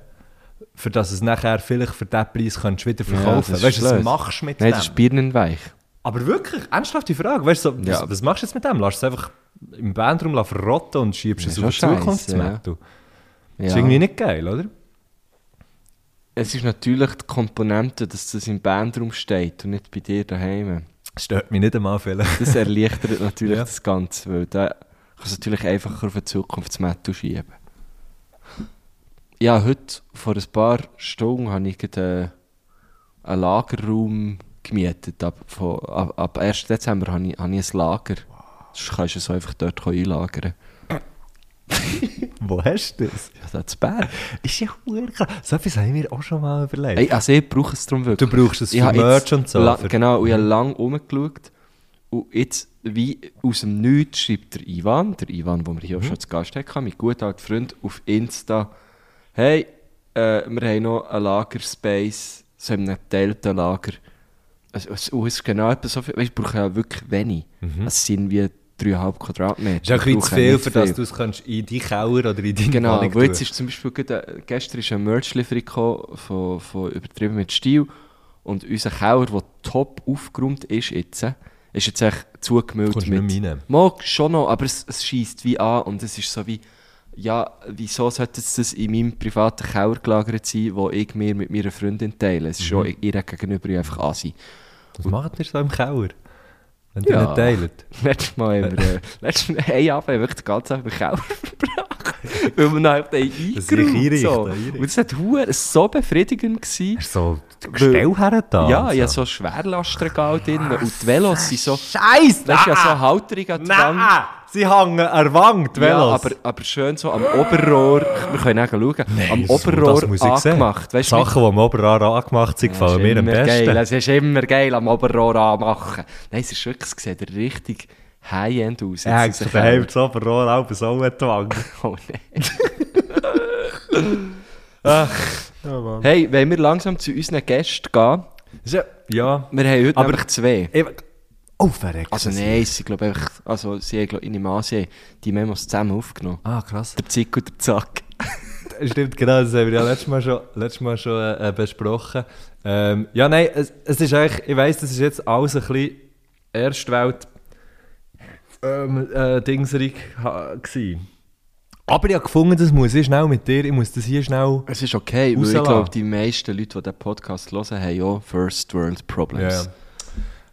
Speaker 2: für das es nachher vielleicht für diesen Preis könntest du wieder
Speaker 5: Ja,
Speaker 2: verkaufen.
Speaker 5: das ist
Speaker 2: weißt du, was
Speaker 5: blöd.
Speaker 2: machst du mit
Speaker 5: Nein,
Speaker 2: dem?
Speaker 5: das ist birnenweich.
Speaker 2: Aber wirklich, ernsthafte Frage, weißt du, so,
Speaker 5: Ja.
Speaker 2: was, was machst du jetzt mit dem? Lass es einfach im Bandraum la verrotten und schiebst
Speaker 5: Ja,
Speaker 2: es
Speaker 5: schon
Speaker 2: auf die
Speaker 5: scheisse,
Speaker 2: Zukunftsmetal.
Speaker 5: Ja.
Speaker 2: Das ist irgendwie nicht geil, oder?
Speaker 5: Es ist natürlich die Komponente, dass das im Bandraum steht und nicht bei dir daheim.
Speaker 2: Das stört mich nicht einmal vielleicht.
Speaker 5: Das erleichtert natürlich
Speaker 2: Ja.
Speaker 5: das Ganze, weil da kannst du natürlich einfacher auf die Zukunftsmetal schieben. Ja, heute, vor ein paar Stunden, habe ich gerade, äh, einen Lagerraum gemietet. Ab, von, ab, ab 1. Dezember habe ich, habe ich ein Lager. Sonst kannst du es einfach dort einlagern.
Speaker 2: Wo hast du das?
Speaker 5: Ja, das ist Bär.
Speaker 2: Ist ja verdammt krass. So etwas haben wir auch schon mal überlegt.
Speaker 5: Ey, also ich brauche es darum
Speaker 2: Du
Speaker 5: wirklich.
Speaker 2: brauchst es
Speaker 5: Ich
Speaker 2: für
Speaker 5: habe
Speaker 2: Merch
Speaker 5: jetzt
Speaker 2: und so.
Speaker 5: la-
Speaker 2: für- Mhm.
Speaker 5: Genau, und ich habe lange rumgeschaut. Und jetzt, wie aus dem Nichts, schreibt der Ivan, der Ivan, den wir
Speaker 2: Mhm.
Speaker 5: hier auch schon zu Gast hatten, mein guter alter Freund, auf Insta, «Hey, äh, wir haben noch einen Lagerspace, so in einem geteilten Lager.» Also, es und es ist genau etwa so viel. Weißt, ich brauche ja wirklich wenig. Es sind wie 3,5 Quadratmeter.
Speaker 2: Mhm. Ist auch ein
Speaker 5: Ich
Speaker 2: bisschen zu
Speaker 5: brauche
Speaker 2: viel,
Speaker 5: nicht
Speaker 2: für das
Speaker 5: viel.
Speaker 2: du es kannst in deinen Keller oder in deinen
Speaker 5: Genau,
Speaker 2: Wohnung
Speaker 5: weil jetzt
Speaker 2: tun.
Speaker 5: ist zum Beispiel gerade, gestern ist eine Merch-Lieferung gekommen von, von «Übertrieben mit Stil» und unser Keller, der top aufgeräumt ist jetzt, ist jetzt echt zugemüllt
Speaker 2: Kommst du nicht mehr rein.
Speaker 5: Mag schon noch, aber es, es schießt wie an und es ist so wie, ja, wieso sollte es das in meinem privaten Keller gelagert sein, wo ich mir mit meiner Freundin teile? Es ist
Speaker 2: Mhm.
Speaker 5: schon ihr gegenüber einfach an sein.
Speaker 2: Was macht ihr so im Keller? Wenn ihr
Speaker 5: Ja.
Speaker 2: nicht teilt.
Speaker 5: Letztes Mal haben wir, äh, letztes Mal, hey, Abend, haben wir den ganzen Abend im Keller verbracht. Weil wir nachher den
Speaker 2: sich
Speaker 5: eingeräumt
Speaker 2: einrichten,
Speaker 5: so.
Speaker 2: einrichten.
Speaker 5: Und das hat hure- so befriedigend gewesen.
Speaker 2: Hast du so Gestell her da?
Speaker 5: Ja, ich habe so ein Schwerlastregal drin und die Velos sind so...
Speaker 2: Scheiße!
Speaker 5: Weißt du, ja so Halterung an die Wand.
Speaker 2: Ah, Nein! Sie hängen erwangt,
Speaker 5: Ja,
Speaker 2: Velos.
Speaker 5: aber, aber schön so am Oberrohr, wir können auch schauen, nou am
Speaker 2: das-
Speaker 5: Oberrohr
Speaker 2: das muss ich sehen.
Speaker 5: angemacht. Weißt du, mit-
Speaker 2: Sachen, die am Oberarm angemacht sind,
Speaker 5: Das
Speaker 2: gefallen
Speaker 5: ist
Speaker 2: mir am
Speaker 5: immer
Speaker 2: besten.
Speaker 5: Geil. Es ist immer geil, am Oberrohr anmachen. Nein, es ist wirklich, es sieht richtig high-end aus.
Speaker 2: Er hängt
Speaker 5: Jetzt
Speaker 2: sich
Speaker 5: ist
Speaker 2: daheim das Oberrohr auch so entwangt.
Speaker 5: Oh nein. hey, wenn wir langsam zu unseren Gästen gehen,
Speaker 2: Ja.
Speaker 5: wir haben heute
Speaker 2: Aber-
Speaker 5: aber nämlich zwei.
Speaker 2: Ich- Oh, verreckt.
Speaker 5: Also nein, sie glaube einfach, also sie haben glaube ich in Asien die Memos zusammen aufgenommen.
Speaker 2: Ah, krass.
Speaker 5: Der Zick und der Zack.
Speaker 2: Stimmt, genau, das haben wir ja letztes Mal schon, letztes Mal schon äh, äh, besprochen. Ähm, ja, nein, es, es ist eigentlich, ich weiss, das ist jetzt alles ein bisschen Erstwelt ähm, äh, Dingserig ha- gewesen. Aber ich habe gefunden, das muss ich schnell mit dir, ich muss das hier schnell...
Speaker 5: Es ist okay, weil ich
Speaker 2: Rauslassen.
Speaker 5: glaube die meisten Leute, die diesen Podcast hören, haben ja First World Problems.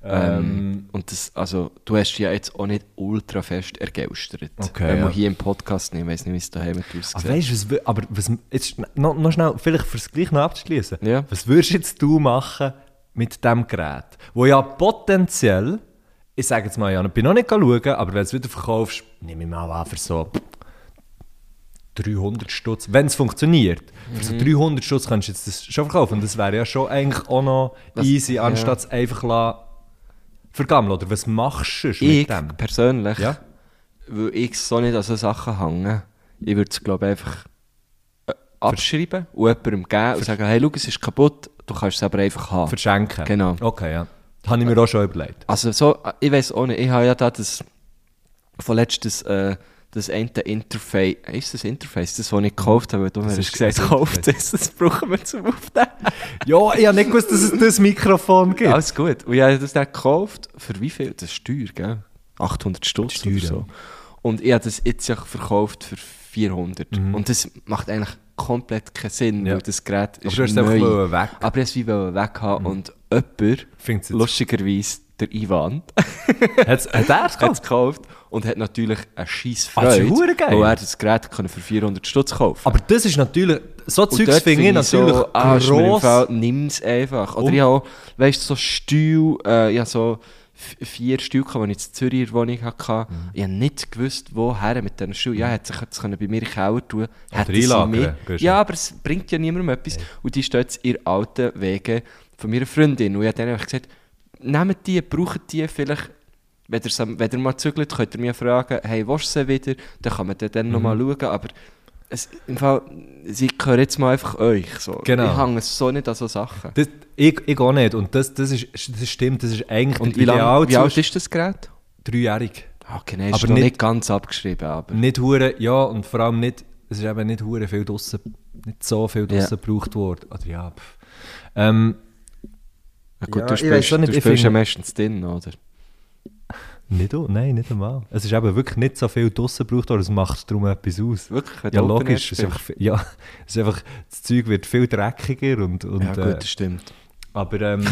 Speaker 5: Ähm, und das, also, du hast dich ja jetzt auch nicht ultra fest ergelstert.
Speaker 2: Okay,
Speaker 5: Wenn wir
Speaker 2: ja.
Speaker 5: hier im Podcast nehmen, weiss nicht, wie es daheim
Speaker 2: aber
Speaker 5: aussieht.
Speaker 2: Ah, weißt du, was wür- aber was, jetzt schn- noch, noch schnell, vielleicht fürs Gleiche noch abzuschließen.
Speaker 5: Ja.
Speaker 2: Was würdest jetzt du machen mit dem Gerät, wo ja potenziell ich sage jetzt mal, Jan, ich bin noch nicht schauen, aber wenn du es wieder verkaufst, nehme ich mal an für so 300 Stutz, wenn es funktioniert. Für
Speaker 5: Mhm.
Speaker 2: so 300 Stutz kannst du jetzt das schon verkaufen. Und das wäre ja schon eigentlich auch noch
Speaker 5: Was-
Speaker 2: easy,
Speaker 5: ja.
Speaker 2: anstatt es einfach la- vergammeln. Oder was machst du sonst
Speaker 5: Ich
Speaker 2: mit dem?
Speaker 5: persönlich,
Speaker 2: Ja.
Speaker 5: weil ich so nicht an so Sachen hänge, ich würde es, glaube ich, einfach äh, abschreiben und jemandem geben und sagen, hey, schau, es ist kaputt, du kannst es aber einfach haben.
Speaker 2: Verschenken.
Speaker 5: Genau.
Speaker 2: Okay, ja. Das habe ich mir auch schon überlegt.
Speaker 5: Also so, äh, ich weiß auch nicht, ich habe ja da das von letztes äh, das eine Interface, ist das Interface, das, was ich gekauft habe, weil du mir
Speaker 2: ist
Speaker 5: hast gesagt,
Speaker 2: ein
Speaker 5: kauft das, das brauchen wir zum Aufnehmen.
Speaker 2: ja, ich habe nicht gewusst, dass es das Mikrofon gibt.
Speaker 5: Alles gut. Und ich habe das dann gekauft, für wie viel? Das ist teuer, gell? 800 Stutz
Speaker 2: Das ist
Speaker 5: oder
Speaker 2: teuer,
Speaker 5: so. Und ich habe das jetzt ja verkauft für 400. Und das macht eigentlich komplett keinen Sinn,
Speaker 2: Mhm. Ja.
Speaker 5: weil das Gerät
Speaker 2: aber
Speaker 5: ist
Speaker 2: du hast es einfach
Speaker 5: neu.
Speaker 2: wollen weg.
Speaker 5: Aber ich wollte es wie weg haben und jemand,
Speaker 2: Find's jetzt-
Speaker 5: lustigerweise der Ivan,
Speaker 2: Hat's- Hat er es
Speaker 5: hat
Speaker 2: gekauft?
Speaker 5: es gekauft und hat natürlich eine scheisse
Speaker 2: Ah, das ist
Speaker 5: Freude,
Speaker 2: ja verdammt geil.
Speaker 5: weil er das Gerät können für 400 Stutz kaufen
Speaker 2: Aber das ist natürlich, so
Speaker 5: und
Speaker 2: Zeugs
Speaker 5: dort
Speaker 2: finde ich natürlich
Speaker 5: so, ah, ist mir im
Speaker 2: gross.
Speaker 5: Fall, nimm's einfach. Oder
Speaker 2: Um-
Speaker 5: ich habe auch, weißt so Stühl, äh, ich habe so f- vier Stühle, gehabt, die ich in Zürich in der Wohnung hatte. Ich habe nicht gewusst, woher mit diesen Stühlen. Ja, hätte sich das können bei mir in den Keller tun hätte sie
Speaker 2: einlagern,
Speaker 5: mir-
Speaker 2: gehst du.
Speaker 5: Ja, aber es bringt ja niemandem etwas. Und die steht jetzt in alten Wegen von meiner Freundin. Und ich habe dann einfach gesagt, nehmt die, braucht die vielleicht. Wenn ihr, sie- wenn ihr mal zügelt, könnt ihr mich fragen, hey, willst du sie wieder? Dann kann man dann, dann nochmal schauen, aber es, im Fall, sie gehören jetzt mal einfach euch. So.
Speaker 2: Genau.
Speaker 5: Ich hänge so nicht an so Sachen.
Speaker 2: Das, ich, ich auch nicht. Und das, das, ist, das stimmt, das ist eigentlich
Speaker 5: Und
Speaker 2: der
Speaker 5: wie, lang, wie alt
Speaker 2: Idealzustand.
Speaker 5: ist das Gerät?
Speaker 2: Dreijährig.
Speaker 5: Ah, genau, ist
Speaker 2: Aber
Speaker 5: noch
Speaker 2: nicht-
Speaker 5: nicht, ganz abgeschrieben, aber...
Speaker 2: Nicht hure, ja, und vor allem nicht, es ist eben nicht hure viel draussen, nicht so viel draussen
Speaker 5: Ja.
Speaker 2: gebraucht worden. Oder ja, pff. ähm,
Speaker 5: Ja, gut,
Speaker 2: Ja,
Speaker 5: du
Speaker 2: ich weiss
Speaker 5: spielst,
Speaker 2: auch nicht,
Speaker 5: du
Speaker 2: ich
Speaker 5: spielst ja
Speaker 2: finde-
Speaker 5: meistens drin, oder?
Speaker 2: nicht, o- nein, nicht einmal. Es ist eben wirklich nicht so viel draussen gebraucht worden, es macht darum etwas aus.
Speaker 5: Wirklich, wenn
Speaker 2: Ja,
Speaker 5: du Open Air
Speaker 2: logisch. Es ist
Speaker 5: spielst.
Speaker 2: einfach, viel- ja, es ist einfach, das Zeug wird viel dreckiger und, und
Speaker 5: Ja gut,
Speaker 2: äh,
Speaker 5: das stimmt.
Speaker 2: aber ähm,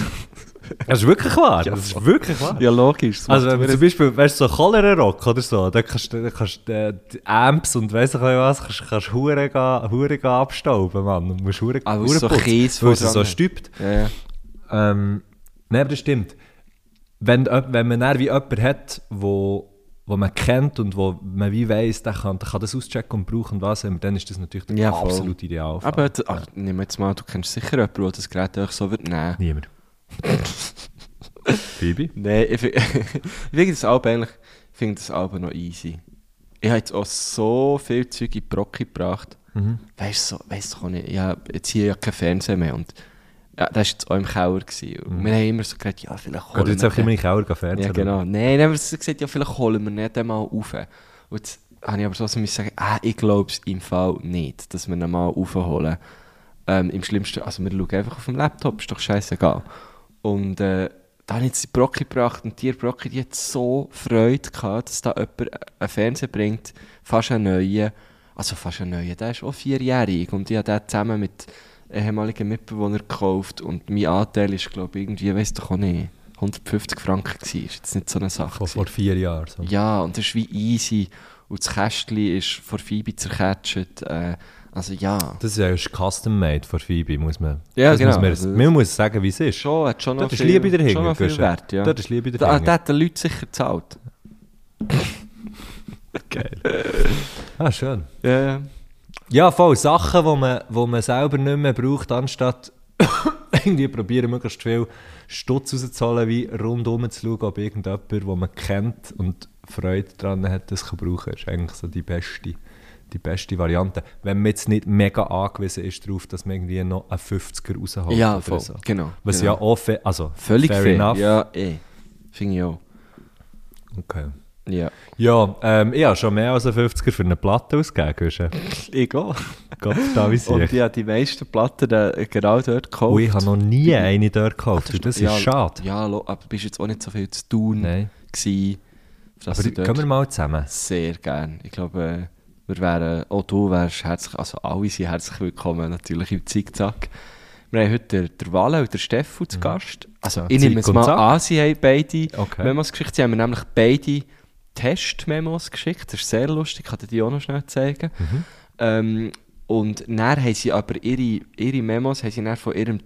Speaker 2: das ist wirklich wahr. Das ist wirklich wahr.
Speaker 5: Ja, logisch. das
Speaker 2: Also
Speaker 5: macht
Speaker 2: wenn man
Speaker 5: mir-
Speaker 2: zum Beispiel, weißt du, so Cholera-Rock oder so, da kannst du, da kannst du äh, die Amps und weiss ich nicht was, kannst, kannst Huren gehen, Huren gehen abstauben, Mann. Du musst Huren
Speaker 5: Ah, weil es so Kies
Speaker 2: weil es so
Speaker 5: voran-
Speaker 2: stübt.
Speaker 5: ja, ja.
Speaker 2: Ähm, Nein, aber das stimmt. Wenn, jemand- wenn man dann wie jemanden hat, wo, wo man kennt und wo man wie weiss, der kann, der kann das auschecken und brauchen und was, haben, dann ist das natürlich der
Speaker 5: Ja, voll.
Speaker 2: absolut ideal.
Speaker 5: Aber d- ach, nimm jetzt mal, du kennst sicher jemanden, der das Gerät einfach so wird nehmen
Speaker 2: niemand. Bibi?
Speaker 5: Nein, ich, fi- ich finde das Album eigentlich ich finde das Album noch easy. Ich habe jetzt auch so viel Zeug in die Brocke gebracht.
Speaker 2: Mhm.
Speaker 5: Weißt du, so, weißt du, ich, ich habe jetzt hier ja kein Fernseher mehr und ja, das war jetzt auch im Keller. Gewesen. Und Wir haben immer so gesagt, ja, vielleicht
Speaker 2: Geht
Speaker 5: holen
Speaker 2: Mhm. jetzt einfach
Speaker 5: den.
Speaker 2: immer in den Keller fertig.
Speaker 5: Ja, genau. Nein, dann haben sie gesagt, ja, vielleicht holen wir nicht einmal auf. Und jetzt habe ich aber so müssen sagen, ah, ich glaube es im Fall nicht, dass wir ihn mal aufholen. Ähm, Im schlimmsten, also wir schauen einfach auf dem Laptop, ist doch scheißegal. Und äh, dann hat sie Brocki gebracht und die Brocki, die hat so Freude gehabt, dass da jemand einen Fernseher bringt, fast einen neuen, also fast einen neuen, der ist auch vierjährig und ich habe den zusammen mit ehemaligen Mitbewohner gekauft und mein Anteil ist, glaube ich, irgendwie, weiss doch auch nicht, 150 Franken gewesen, ist jetzt nicht so eine Sache.
Speaker 2: Vor,
Speaker 5: gewesen.
Speaker 2: vor vier Jahren. So.
Speaker 5: Ja, und das ist wie easy. Und das Kästchen ist vor Phoebe zerquetscht. Äh, also ja.
Speaker 2: Das ist ja erst custom-made von Phoebe, muss man.
Speaker 5: Ja,
Speaker 2: das
Speaker 5: genau.
Speaker 2: Muss man, man muss sagen, wie es ist.
Speaker 5: Schon, hat schon noch
Speaker 2: Dort ist
Speaker 5: viel,
Speaker 2: Liebe dahinter,
Speaker 5: schon noch viel
Speaker 2: Guschen.
Speaker 5: Wert, ja.
Speaker 2: Dort ist Liebe
Speaker 5: Da-
Speaker 2: dahinter.
Speaker 5: Da hat den Leuten sicher gezahlt.
Speaker 2: Ah, schön.
Speaker 5: Ja, ja.
Speaker 2: Ja, voll. Sachen, die wo man, wo man selber nicht mehr braucht, anstatt irgendwie probieren, möglichst viel Stutz rauszuholen, wie rundum zu schauen, ob irgendjemand, den man kennt und Freude daran hat, das kann brauchen. Das ist eigentlich so die beste, die beste Variante. Wenn man jetzt nicht mega angewiesen ist darauf, dass man irgendwie noch einen 50er rausholt.
Speaker 5: Ja,
Speaker 2: oder
Speaker 5: voll.
Speaker 2: So.
Speaker 5: Genau,
Speaker 2: Was
Speaker 5: genau.
Speaker 2: ja auch fair, also
Speaker 5: Völlig
Speaker 2: fair,
Speaker 5: fair.
Speaker 2: enough.
Speaker 5: Ja, eh. Finde ich auch.
Speaker 2: Okay.
Speaker 5: Ja.
Speaker 2: Ja, ähm, ich habe schon mehr als einen 50er für eine Platte ausgegeben. Guschen.
Speaker 5: Ich auch.
Speaker 2: Gott, da wie
Speaker 5: Und
Speaker 2: sich.
Speaker 5: ich habe die meisten Platten äh, genau dort gekauft.
Speaker 2: Und ich habe noch nie eine dort gekauft. Ah, Das, ist
Speaker 5: ja,
Speaker 2: schade.
Speaker 5: Ja, lo, aber du bist jetzt auch nicht so viel zu tun.
Speaker 2: Nein.
Speaker 5: Gewesen, dass
Speaker 2: Aber
Speaker 5: du dort-
Speaker 2: können wir mal zusammen?
Speaker 5: Sehr gern. Ich glaube, äh, wir wären, auch du wärst herzlich, also alle sind herzlich willkommen, natürlich im Zickzack. Wir haben heute den, den Wale und den Steffel zu Gast. Also,
Speaker 2: Ja,
Speaker 5: ich
Speaker 2: Mhm. Zick
Speaker 5: nehme jetzt
Speaker 2: und
Speaker 5: mal
Speaker 2: Zack.
Speaker 5: an, sie haben beide
Speaker 2: Okay.
Speaker 5: Memos geschickt. Sie haben mir nämlich beide
Speaker 2: Mhm.
Speaker 5: Test-Memos geschickt. Das ist sehr lustig, ich kann dir die auch noch schnell zeigen. Ähm, Und dann haben sie aber ihre, ihre Memos haben sie dann von ihrem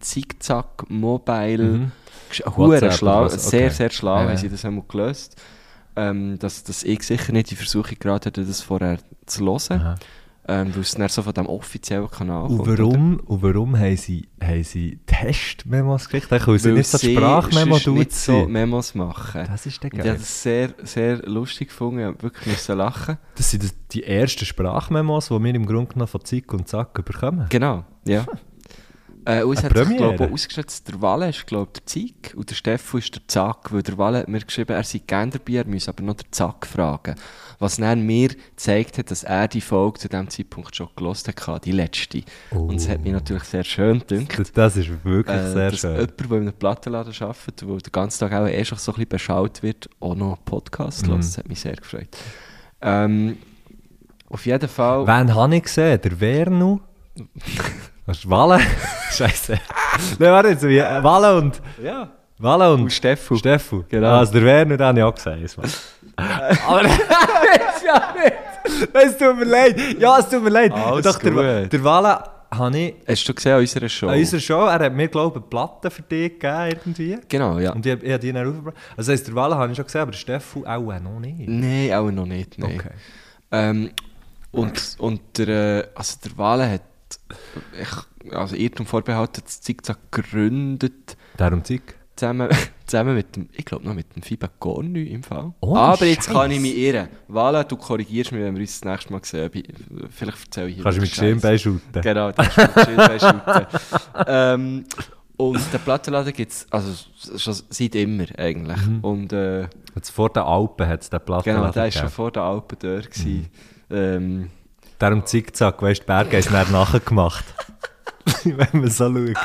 Speaker 5: Zickzack-Mobile...
Speaker 2: Mhm.
Speaker 5: Hure
Speaker 2: WhatsApp
Speaker 5: schlau,
Speaker 2: oder was? Okay.
Speaker 5: sehr, sehr schlau
Speaker 2: Ja, ja.
Speaker 5: haben sie das einmal gelöst. Ähm, dass, dass ich sicher nicht die Versuchung gerade hatte, das vorher zu hören.
Speaker 2: Aha. Oh,
Speaker 5: Ähm, weil es dann so von diesem offiziellen Kanal
Speaker 2: Und
Speaker 5: kommt, oder?
Speaker 2: warum, und warum haben sie, haben sie Testmemos gekriegt? Ich kann sie nicht so
Speaker 5: sie
Speaker 2: Sprachmemo
Speaker 5: sonst
Speaker 2: tut
Speaker 5: nicht so
Speaker 2: so
Speaker 5: Memos machen.
Speaker 2: Das ist der
Speaker 5: Und ich habe
Speaker 2: geil.
Speaker 5: das sehr, sehr lustig gefunden, ich habe wirklich müssen lachen.
Speaker 2: Das sind das- die ersten Sprachmemos, die wir im Grunde genommen von Zick und Zack bekommen.
Speaker 5: Genau, ja. Äh, und es
Speaker 2: Eine
Speaker 5: hat sich,
Speaker 2: Premiere.
Speaker 5: glaube ich, ausgeschätzt, der Walle ist, glaube ich, der Zeig und der Steffo ist der Zack, weil der Walle hat mir geschrieben, er sei gerne dabei, er müsse aber noch den Zack fragen. Was dann mir gezeigt hat, dass er die Folge zu diesem Zeitpunkt schon gelost hat, die letzte. Und das hat mich natürlich sehr schön gedacht.
Speaker 2: Das, das ist wirklich
Speaker 5: äh,
Speaker 2: Oh. sehr
Speaker 5: dass
Speaker 2: schön.
Speaker 5: jemand, der in einem Plattenladen arbeitet, wo den ganzen Tag auch eh schon so ein bisschen beschaut wird, auch noch einen Podcast
Speaker 2: Mhm.
Speaker 5: hört. Das hat mich sehr gefreut. Ähm, auf jeden Fall...
Speaker 2: Wen habe ich gesehen? Der Wernu? Hast du Walle? Scheiße. Nein, warte jetzt. wie- äh, Walle und.
Speaker 5: Ja.
Speaker 2: Walle
Speaker 5: Und
Speaker 2: und.
Speaker 5: Steffo.
Speaker 2: Steffu.
Speaker 5: Genau.
Speaker 2: Also der Wernu, den habe ich auch gesehen. Mann.
Speaker 5: Äh.
Speaker 2: Aber. Weiß ja nicht. Es tut mir leid. Ja, es tut mir leid.
Speaker 5: Alles
Speaker 2: Ich dachte, der,
Speaker 5: gut.
Speaker 2: der Walle habe ich.
Speaker 5: Hast du gesehen an unserer Show?
Speaker 2: An unserer Show, er hat mir, glaube ich, eine Platte für dich gegeben, irgendwie.
Speaker 5: Genau, ja.
Speaker 2: Und ich, hab- ich habe die dann aufgebracht. Also, das heisst, der Walle habe ich schon gesehen, aber der Steffu auch noch nicht.
Speaker 5: Nein, auch noch nicht. Nein.
Speaker 2: Okay.
Speaker 5: Ähm, und, und der, äh, also der Wale hat, ich, also Irrtum vorbehalten, das Zickzack gegründet,
Speaker 2: Darum Zick.
Speaker 5: zusammen, zusammen mit dem, ich glaube noch mit dem Fiba Gornü im Fall.
Speaker 2: Oh,
Speaker 5: Aber jetzt
Speaker 2: Scheiss.
Speaker 5: kann ich mich irren. Wale, du korrigierst mich, wenn wir uns das nächste Mal sehen. Ob ich- Vielleicht erzähle ich hier
Speaker 2: Kannst du mit
Speaker 5: wirklich
Speaker 2: Schirm
Speaker 5: Scheiss.
Speaker 2: beischuten.
Speaker 5: Genau, das ist mit Schildbein schütten. ähm, Und den Plattenladen gibt es, also schon seit immer eigentlich.
Speaker 2: Mhm.
Speaker 5: Und äh,
Speaker 2: Jetzt Vor den Alpen hat es den Platz
Speaker 5: Genau, der war schon vor der Alpen dort. Mhm. Ähm,
Speaker 2: Darum Zickzack, weißt du, die Berge haben es dann nachgemacht. wenn man so schaut.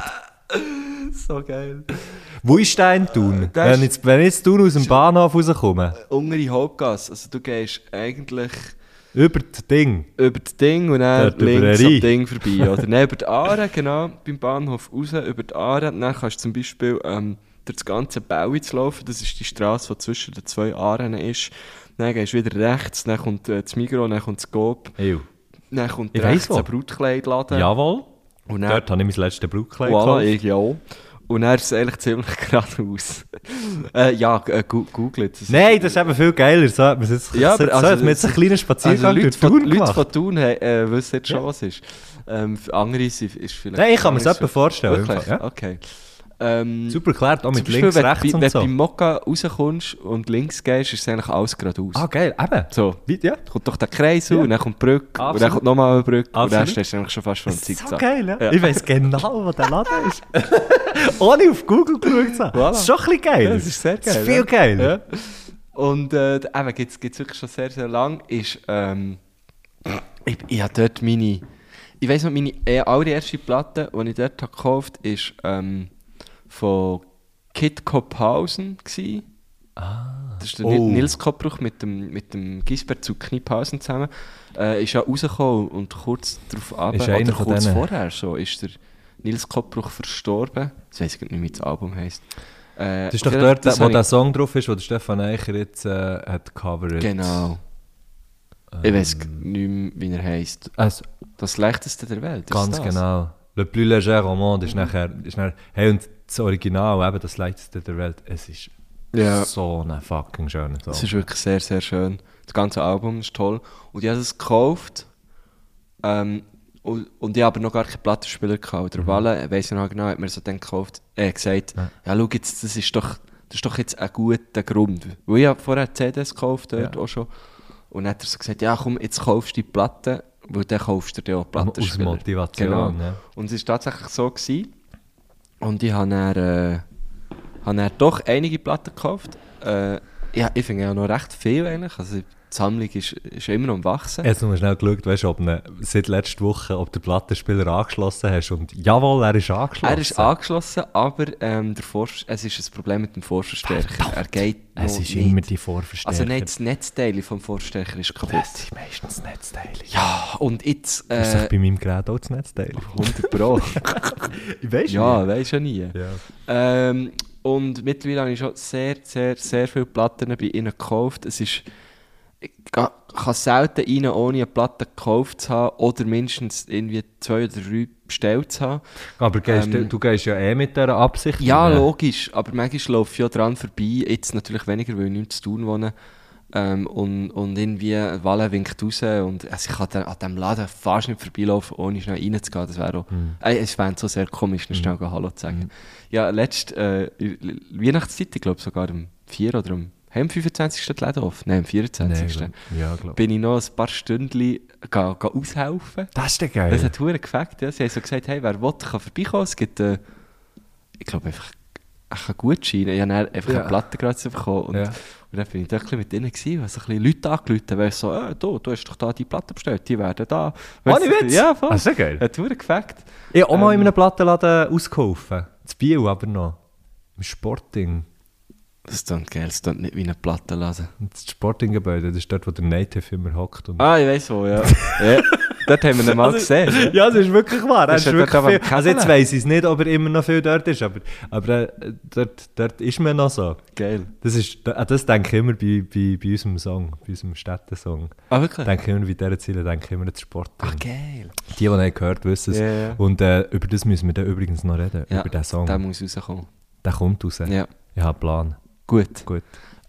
Speaker 5: so geil. Äh,
Speaker 2: Wo ist dein Tun?
Speaker 5: der ist-
Speaker 2: Wenn jetzt, wenn jetzt Tun aus dem Bahnhof rauskomme,
Speaker 5: Unter die Hauptgasse, also du gehst eigentlich
Speaker 2: über das Ding,
Speaker 5: über das Ding und dann
Speaker 2: Dort über
Speaker 5: links
Speaker 2: den
Speaker 5: am
Speaker 2: Rhein.
Speaker 5: Ding vorbei. Oder nein, über die Aare, genau, beim Bahnhof raus, über die Aare. Und Dann kannst du zum Beispiel ähm, durch das ganze Bau zu laufen, das ist die Straße, die zwischen den zwei Aaren ist. Dann gehst du wieder rechts, dann kommt äh, das Migros, dann kommt das Coop,
Speaker 2: Ew.
Speaker 5: dann kommt
Speaker 2: Ich weiss
Speaker 5: rechts
Speaker 2: wo.
Speaker 5: ein Brautkleidladen.
Speaker 2: jawohl,
Speaker 5: Und dann
Speaker 2: dort habe ich mein letztes Brautkleid
Speaker 5: Voilà,
Speaker 2: gekauft.
Speaker 5: ich ja. auch. Und er ist es eigentlich ziemlich geradeaus. äh, ja, g- äh, gu- googelt es.
Speaker 2: Nein, das ist eben viel geiler. So hat man jetzt,
Speaker 5: Ja,
Speaker 2: so,
Speaker 5: aber
Speaker 2: so
Speaker 5: also
Speaker 2: hat man
Speaker 5: das-
Speaker 2: jetzt einen kleinen Spaziergang
Speaker 5: also Leute
Speaker 2: durch
Speaker 5: von,
Speaker 2: Tun
Speaker 5: Leute
Speaker 2: gemacht.
Speaker 5: von Thun haben, äh, wissen jetzt schon, was es ist. Ähm, für andere ist, ist vielleicht...
Speaker 2: Nein, ich kann mir das etwa
Speaker 5: Wirklich?
Speaker 2: vorstellen. im Fall, Ja?
Speaker 5: Okay. Ähm,
Speaker 2: Super erklärt, auch
Speaker 5: zum
Speaker 2: mit
Speaker 5: Beispiel,
Speaker 2: links,
Speaker 5: wenn,
Speaker 2: rechts
Speaker 5: du bei-
Speaker 2: und
Speaker 5: Wenn
Speaker 2: so.
Speaker 5: du beim Mokka rauskommst und links gehst, ist eigentlich alles geradeaus.
Speaker 2: Ah, geil, eben.
Speaker 5: So.
Speaker 2: Wie- Ja.
Speaker 5: Kommt doch der Kreis
Speaker 2: Ja.
Speaker 5: und dann kommt die Brücke und dann
Speaker 2: Absolut.
Speaker 5: kommt nochmal eine Brücke und dann
Speaker 2: Absolut.
Speaker 5: stehst du eigentlich schon fast vor dem
Speaker 2: Das ist
Speaker 5: Zickzack.
Speaker 2: so geil, ja.
Speaker 5: Ja.
Speaker 2: Ich weiss genau, wo der Laden ist. Ohne auf Google geschaut zu haben.
Speaker 5: Voilà.
Speaker 2: Das ist schon ein bisschen geil.
Speaker 5: Ja, das ist sehr
Speaker 2: Das
Speaker 5: geil,
Speaker 2: ist viel
Speaker 5: ja.
Speaker 2: geiler.
Speaker 5: Ja. Und äh, d- eben, gibt es wirklich schon sehr, sehr lang. Ist, ähm, ich, ich habe dort meine. Ich weiss noch, meine eh- allererste Platte, die ich dort hab gekauft habe, ist ähm, von Kid Kophausen. gsi. Das ist der Ni-
Speaker 2: Oh.
Speaker 5: Nils Kopbruch mit dem, mit dem Gisbert zu Kniphausen zusammen. Äh, ist ja rausgekommen und kurz darauf ab,
Speaker 2: Ist einer
Speaker 5: oder
Speaker 2: von
Speaker 5: kurz
Speaker 2: denen?
Speaker 5: vorher schon, ist der Nils Kopbruch verstorben. Ich weiß nicht, wie das Album heisst. Äh,
Speaker 2: Das ist doch
Speaker 5: auf jeden Fall,
Speaker 2: dort,
Speaker 5: das
Speaker 2: wo
Speaker 5: hab ich-
Speaker 2: der Song drauf ist, wo der Stefan Eicher jetzt äh, hat covered.
Speaker 5: Genau. ich weiß nicht mehr, wie er heisst.
Speaker 2: Also,
Speaker 5: Das schlechteste der Welt.
Speaker 2: ganz
Speaker 5: ist das.
Speaker 2: Ah, genau. Le plus léger au monde
Speaker 5: Mhm.
Speaker 2: ist nachher, ist nachher hey, und das Original, eben das Leichteste der Welt, es ist
Speaker 5: Ja.
Speaker 2: so ein fucking schöner Song.
Speaker 5: Das ist wirklich sehr, sehr schön. Das ganze Album ist toll. Und ich habe es gekauft. Ähm, und, und ich habe aber noch gar keinen Plattenspieler gehabt. Der Walle, weiss ich noch genau, hat mir so dann gekauft, äh, gesagt, ja,
Speaker 2: Mhm. Ja.
Speaker 5: schau jetzt, das ist doch, das ist doch jetzt ein guter Grund. Weil ich habe vorher CDs gekauft, dort
Speaker 2: Ja.
Speaker 5: auch schon. Und dann hat er so gesagt, ja komm, jetzt kaufst du die Platte, weil dann kaufst du dir auch
Speaker 2: Aus
Speaker 5: Plattenspieler.
Speaker 2: Motivation, ja.
Speaker 5: Und es war tatsächlich so. Gewesen. Und ich habe dann, äh, habe dann doch einige Platten gekauft. Äh, ja, ich finde ja noch recht viel eigentlich. Also die Sammlung ist, ist immer noch am Wachsen.
Speaker 2: Jetzt haben wir schnell geschaut, weißt, ob ne, seit letzter Woche ob der Plattenspieler angeschlossen hast. Und jawohl, er ist angeschlossen.
Speaker 5: er ist angeschlossen, aber ähm, der Vorver- es ist ein Problem mit dem Vorverstärker. Er geht
Speaker 2: Es
Speaker 5: noch
Speaker 2: ist
Speaker 5: nicht.
Speaker 2: immer die Vorverstärker.
Speaker 5: Also nicht das Netzteil vom Vorverstärker ist kaputt.
Speaker 2: Das ist meistens das Netzteil. Ja.
Speaker 5: Ja, und jetzt...
Speaker 2: Ist
Speaker 5: Äh,
Speaker 2: das bei meinem Gerät auch das Netzteil?
Speaker 5: 100 Pro.
Speaker 2: Weißt
Speaker 5: ja, weisst ja nie.
Speaker 2: Ja.
Speaker 5: Ähm, und mittlerweile habe ich schon sehr, sehr, sehr viele Platten bei ihnen gekauft. Es ist, ga- kann selten rein, ohne eine Platte gekauft zu haben oder mindestens irgendwie zwei oder drei bestellt zu haben.
Speaker 2: Aber gehst, du,
Speaker 5: Ähm,
Speaker 2: du gehst ja eh mit dieser Absicht.
Speaker 5: Ja,
Speaker 2: rein.
Speaker 5: logisch, aber manchmal laufe ich ja dran vorbei, jetzt natürlich weniger, weil ich nicht zu tun wohne. Ähm, und, und irgendwie Walle winkt raus und also ich kann da- an diesem Laden fast nicht vorbeilaufen, ohne schnell reinzugehen. Das wäre auch,
Speaker 2: Hm.
Speaker 5: Ey, es wäre so sehr komisch, nicht schnell Hallo zu sagen. Ja, letzte äh, in- in- Weihnachtszeit, ich glaube sogar am 4. oder um, am, haben am 25. die Läden offen? Nein, am
Speaker 2: Nein,
Speaker 5: 24.
Speaker 2: glaub- ja, glaube ich.
Speaker 5: bin ich noch ein paar Stunden aushelfen.
Speaker 2: Das ist der geil.
Speaker 5: Das hat hure gefällt. Ja. Sie haben so gesagt, hey, wer will, kann vorbeikommen. Es gibt, äh, ich glaube, einfach einen Gutschein. Ich habe dann einfach
Speaker 2: Ja.
Speaker 5: eine Platte gratis bekommen. Und,
Speaker 2: Ja.
Speaker 5: und dann bin ich da ein bisschen mit denen gewesen, habe so ein bisschen Leute angerufen, weil ich so, äh, du, du hast doch da die Platte bestellt, die werden da.
Speaker 2: Ohne
Speaker 5: Weißt du,
Speaker 2: Witz?
Speaker 5: Ja, voll.
Speaker 2: Ah, sehr geil.
Speaker 5: Hat hure gefällt.
Speaker 2: Ich habe auch mal
Speaker 5: Ähm.
Speaker 2: in einem Plattenladen ausgeholfen. Das Bio aber noch. Im Sporting.
Speaker 5: Das klingt geil, das klingt nicht wie eine Platte lassen.
Speaker 2: Das Sportinggebäude, das ist dort, wo der Native immer hockt. Und
Speaker 5: Ah, ich weiss wo, ja. ja. Dort haben wir ihn mal gesehen. ja.
Speaker 2: Also, Ja, das ist wirklich wahr. Er
Speaker 5: Das
Speaker 2: ist
Speaker 5: ist ja
Speaker 2: wirklich
Speaker 5: dort
Speaker 2: viel.
Speaker 5: aber am
Speaker 2: Also jetzt
Speaker 5: Käseln.
Speaker 2: weiss ich es nicht, ob er immer noch viel dort ist, aber, aber äh, dort, dort ist man noch so.
Speaker 5: Geil.
Speaker 2: Das, ist, an das denke ich immer bei, bei, bei unserem Song, bei unserem Städtesong.
Speaker 5: Ah, wirklich?
Speaker 2: Denke ich immer bei dieser Ziele, denke ich immer an Sport.
Speaker 5: Ach, geil.
Speaker 2: Die, die nicht gehört, wissen es.
Speaker 5: Ja, ja.
Speaker 2: Und äh, über das müssen wir dann übrigens noch reden,
Speaker 5: Ja,
Speaker 2: über diesen Song.
Speaker 5: Der muss rauskommen.
Speaker 2: Der kommt raus.
Speaker 5: Ja,
Speaker 2: Ich habe einen Plan.
Speaker 5: gut.
Speaker 2: Gut.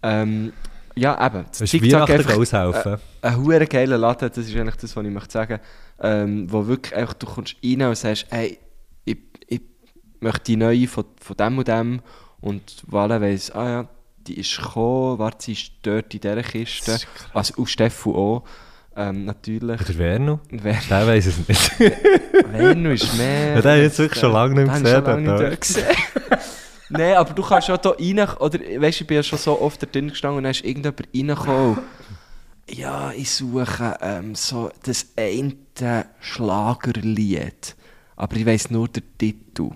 Speaker 5: Ähm, ja, eben. Das
Speaker 2: Willst du
Speaker 5: TikTok
Speaker 2: Weihnachten
Speaker 5: einfach-
Speaker 2: aushelfen?
Speaker 5: ein hure geiler Laden, das ist eigentlich das, was ich möchte sagen, ähm, wo wirklich einfach, du kommst rein und sagst, hey, ich, ich möchte die neue von, von dem und dem und Wale weiss, ah ja, die ist gekommen, warte, sie ist dort in dieser Kiste, also auf Steffu auch, ähm, natürlich.
Speaker 2: Oder Werner?
Speaker 5: Wer,
Speaker 2: Der weiss es nicht.
Speaker 5: wer ist mehr?
Speaker 2: Ja, den hab ich jetzt wirklich schon lange nicht mehr
Speaker 5: Den hab ich
Speaker 2: gesehen,
Speaker 5: schon lange
Speaker 2: dort,
Speaker 5: nicht gesehen. Nein, aber du kannst ja da rein, oder weißt du, ich bin ja schon so oft da drin gestanden und dann ist irgendjemand reingekommen. und, Ja, ich suche ähm, so das eine Schlagerlied, aber ich weiss nur den Titel.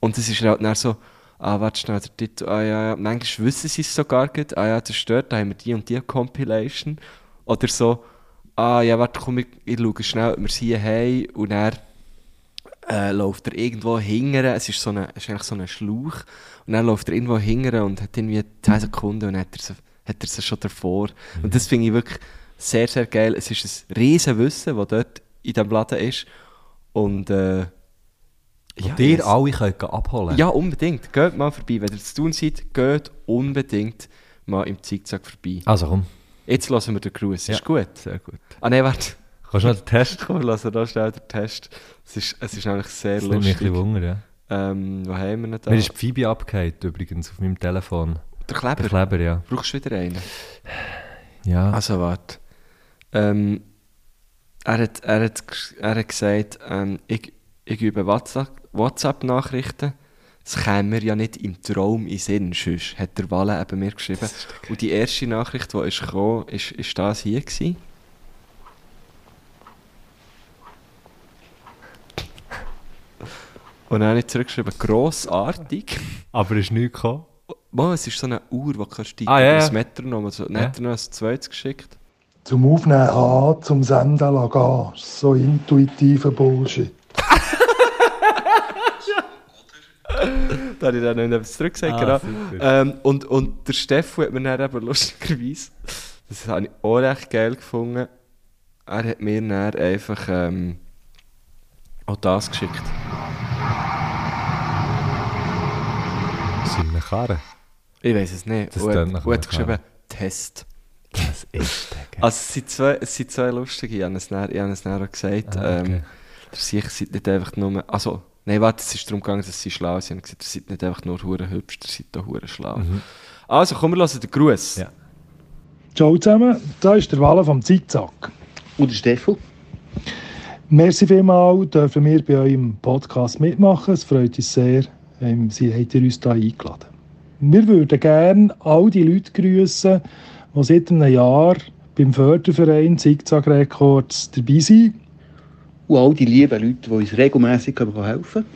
Speaker 5: Und es ist halt dann so, ah, warte schnell, der Titel, ah ja, ja, manchmal wissen sie es sogar nicht, ah ja, das stört, da haben wir die und die Compilation. Oder so, ah ja, warte, komm, ich, ich schaue schnell, ob wir es hier haben und dann äh, läuft er irgendwo hingere, es ist, so eine, es ist eigentlich so ein Schlauch, und dann läuft er irgendwo hingere und hat irgendwie 10 Sekunden und hat er sie, hat er sie schon davor. Und das finde ich wirklich sehr, sehr geil. Es ist ein riesen Wissen, das dort in diesem Laden ist. Und äh, ja,
Speaker 2: Und ihr
Speaker 5: es-
Speaker 2: alle könnt gehen abholen.
Speaker 5: ja, unbedingt. Geht mal vorbei. Wenn ihr zu tun seid, geht unbedingt mal im Zickzack vorbei.
Speaker 2: Also komm.
Speaker 5: Jetzt lassen wir den Gruß.
Speaker 2: Ja.
Speaker 5: Ist gut.
Speaker 2: Sehr gut.
Speaker 5: Ah nein, warte.
Speaker 2: Kannst du noch den Test?
Speaker 5: Komm, wir lassen da schnell den Test. Es ist, es ist nämlich sehr
Speaker 2: Das nimmt mich ein
Speaker 5: lustig.
Speaker 2: bisschen Wunder, ja.
Speaker 5: Ähm, wo haben wir ihn da?
Speaker 2: Mir ist die Phoebe abgehakt übrigens auf meinem Telefon.
Speaker 5: der
Speaker 2: Der
Speaker 5: Kleber.
Speaker 2: Kleber, ja.
Speaker 5: Brauchst du wieder einen?
Speaker 2: Ja.
Speaker 5: Also warte. Ähm, er, hat, er, hat, gesch- er hat gesagt, ähm, ich, ich übe WhatsApp- WhatsApp-Nachrichten. das käme mir ja nicht im Traum in den Sinn, sonst hat der Walle eben mir geschrieben. Und die erste Nachricht, die ist gekommen, ist, ist das hier gewesen. Und dann habe ich zurückgeschrieben, grossartig.
Speaker 2: Aber es ist nichts gekommen.
Speaker 5: Mann, es ist so eine Uhr, die kannst du
Speaker 2: Ah, ja, ja.
Speaker 5: das Metronom, also
Speaker 2: Ja.
Speaker 5: Metronom als zweites geschickt.
Speaker 1: Zum Aufnehmen an, zum Senden lassen gehen. So intuitiver Bullshit.
Speaker 5: Da habe ich dann nicht etwas zurückgesagt.
Speaker 2: Ah,
Speaker 5: genau.
Speaker 2: super.
Speaker 5: ähm, und, und der Steffu hat mir dann aber lustigerweise, das habe ich auch recht geil gefunden, er hat mir dann einfach ähm, auch das geschickt.
Speaker 2: Das sind eine Karre.
Speaker 5: Ich weiß es nicht.
Speaker 2: Das
Speaker 5: und
Speaker 2: tönt
Speaker 5: hat,
Speaker 2: nach
Speaker 5: und hat
Speaker 2: einem
Speaker 5: geschrieben, Test.
Speaker 2: Das ist der Geil.
Speaker 5: Also es sind zwei, es sind zwei lustige, ich habe es dann, ich habe es dann auch gesagt.
Speaker 2: Ah, okay.
Speaker 5: ähm, Ihr sicher seid nicht einfach nur... Also, nein, warte, es ist darum gegangen, dass sie schlau sind. Ich habe gesagt, ihr seid nicht einfach nur hure hübsch, ihr seid auch hure schlau. Also, komm, wir hören den Gruß.
Speaker 2: Mhm. Ja.
Speaker 1: Ciao zusammen, da ist der Walle vom Zickzack.
Speaker 6: Und der Steffel?
Speaker 1: Merci vielmals, dürfen wir bei eurem Podcast mitmachen. Es freut uns sehr, ähm, Sie habt ihr uns hier eingeladen. Wir würden gerne all die Leute grüßen, die seit einem Jahr beim Förderverein Zickzack Records dabei sind
Speaker 6: Und all die lieben Leute, die uns regelmässig helfen können.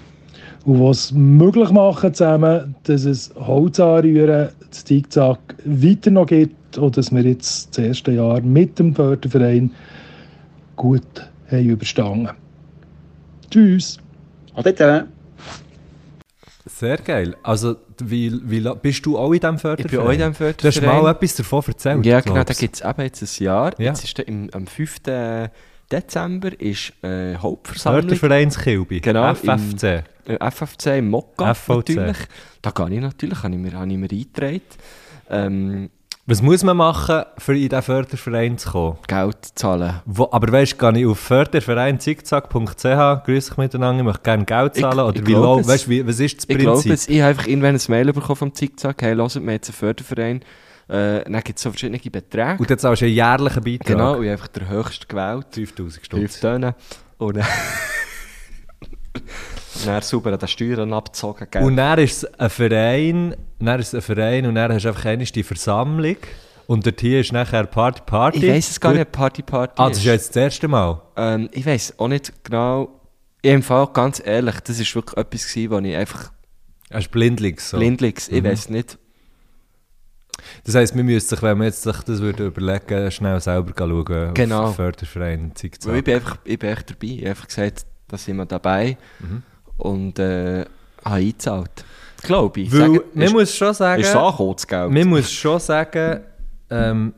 Speaker 1: und die es möglich machen zusammen, dass es Holz anrühren, das Zickzack weiter noch gibt und dass wir jetzt das erste Jahr mit dem Förderverein gut haben überstanden. Tschüss!
Speaker 6: Ade zusammen.
Speaker 2: Sehr geil. Also, wie, wie, la- bist du auch in diesem Förderverein?
Speaker 5: Ich bin auch in diesem
Speaker 2: Du hast
Speaker 5: Förderverein.
Speaker 2: mal etwas davon erzählt.
Speaker 5: Ja, genau, da
Speaker 2: glaubst.
Speaker 5: gibt es eben jetzt ein Jahr.
Speaker 2: Ja.
Speaker 5: Jetzt ist da im, am 5. Dezember ist äh, Hauptversammlung.
Speaker 2: Fördervereinskilbe.
Speaker 5: Genau,
Speaker 2: FFC.
Speaker 5: Äh, FFC im Mokka
Speaker 2: FVC.
Speaker 5: natürlich. Da gehe ich natürlich, habe ich mir, habe ich mir eingetragen. Ähm,
Speaker 2: Was muss man machen, für in diesen Förderverein zu kommen?
Speaker 5: Geld zahlen.
Speaker 2: Wo, aber weißt du, gehe ich auf fördervereinzickzack.ch, grüß dich miteinander, ich möchte gerne Geld
Speaker 5: Ich-
Speaker 2: zahlen. oder
Speaker 5: ich
Speaker 2: wie,
Speaker 5: glaube
Speaker 2: lau-
Speaker 5: es.
Speaker 2: weißt, du, wie was ist das
Speaker 5: Ich glaube,
Speaker 2: Prinzip?
Speaker 5: es- ich habe einfach irgendwann ein Mail bekommen vom Zickzack, hey, hört mir jetzt einen Förderverein. Äh, dann gibt es so verschiedene Beträge.
Speaker 2: Und dann zahlst du einen jährlichen Beitrag.
Speaker 5: genau, und ich habe einfach der höchste gewählt.
Speaker 2: 5000 Stutz.
Speaker 5: Hilft denen. Und dann... Dann sauber an den Steuern abgezogen, gell?
Speaker 2: Und dann ist es ein Verein, dann ist es ein Verein und dann hast du einfach einmal die Versammlung und dort hier ist nachher Party Party.
Speaker 5: ich weiß es gar nicht, Party Party
Speaker 2: Ah, das
Speaker 5: ist.
Speaker 2: ist jetzt das erste Mal.
Speaker 5: Ähm, ich weiß auch nicht genau. Ich Im Fall ganz ehrlich, das ist wirklich etwas, gewesen, wo ich einfach
Speaker 2: Das ist blindlings. So. Mhm.
Speaker 5: blindlings, ich weiß nicht.
Speaker 2: Das heisst, wir müssten sich, wenn wir jetzt sich das würden überlegen, schnell selber schauen.
Speaker 5: Genau.
Speaker 2: Auf Förderverein, Zick,
Speaker 5: Weil ich bin einfach, ich bin echt dabei. Ich habe einfach gesagt, da sind wir dabei
Speaker 2: Mhm.
Speaker 5: und äh, habe eingezahlt. Glaube ich.
Speaker 2: Weil,
Speaker 5: Sagen-
Speaker 2: man
Speaker 5: ist,
Speaker 2: muss schon sagen...
Speaker 5: ist angekommen, das Geld.
Speaker 2: Man muss schon sagen, ähm,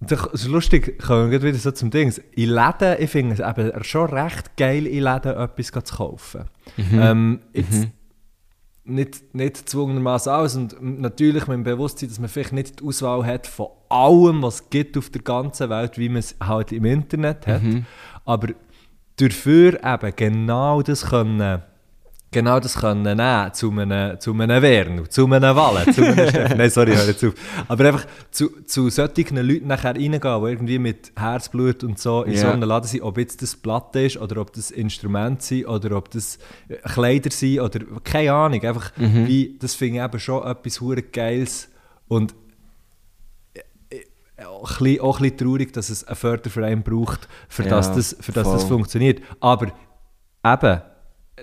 Speaker 2: das ist lustig, kommen wir gleich wieder so zum Ding. In Läden, ich finde es eben schon recht geil, in Läden etwas zu kaufen. Ähm, jetzt nicht, nicht zwungenermaßen alles und natürlich mit dem Bewusstsein, dass man vielleicht nicht die Auswahl hat von allem, was es gibt auf der ganzen Welt, wie man es halt im Internet hat. Aber dafür eben genau das können genau das können nehmen zu einem, zu einem Werner, zu einem Wallen, zu einem Steffen. Nein, sorry, hör jetzt auf. Aber einfach zu, zu solchen Leuten nachher reingehen, die irgendwie mit Herzblut und so in so
Speaker 5: Ja.
Speaker 2: einem Laden sind, ob jetzt das Platte ist oder ob das Instrument sind oder ob das äh, Kleider sind oder keine Ahnung. Einfach wie, das finde ich eben schon etwas hure Geiles und auch ein, bisschen, auch ein bisschen traurig, dass es einen Förderverein braucht, für,
Speaker 5: Ja,
Speaker 2: dass, das, für dass das
Speaker 5: voll.
Speaker 2: funktioniert. Aber eben,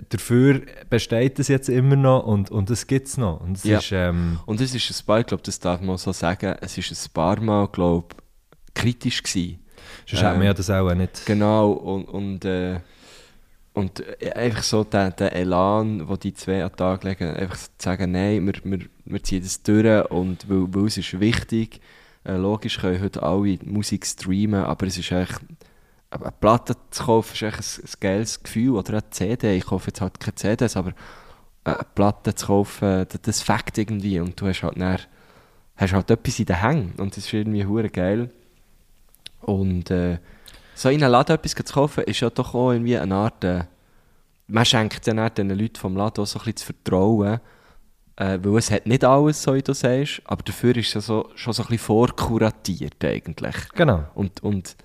Speaker 2: dafür besteht das jetzt immer noch und, und das gibt es noch. Und es
Speaker 5: Ja.
Speaker 2: ist, ähm,
Speaker 5: Und es ist ein paar, ich glaube, das darf man so sagen, es ist ein paar Mal, glaube kritisch gewesen.
Speaker 2: sonst hätte man ja das auch nicht.
Speaker 5: Ähm, Genau, und, und, äh, und äh, einfach so der, der Elan, den die zwei an den Tag legen, einfach zu sagen, nein, wir, wir, wir ziehen das durch und weil, weil es ist wichtig. Äh, logisch können heute alle Musik streamen, aber es ist eigentlich, eine Platte zu kaufen ist eigentlich ein, ein geiles Gefühl oder eine CD. Ich kaufe jetzt halt keine CDs, aber eine Platte zu kaufen, das, das fängt irgendwie und du hast halt, dann, hast halt etwas in den Hängen und das ist irgendwie hure geil. Und äh, so in einem Laden etwas zu kaufen, ist ja doch auch irgendwie eine Art. Äh, man schenkt ja dann den Leuten vom Laden auch so ein bisschen das Vertrauen. Äh, weil es hat nicht alles, so wie du sagst, aber dafür ist es ja so, schon so ein bisschen vorkuratiert eigentlich.
Speaker 2: Genau.
Speaker 5: Und, und,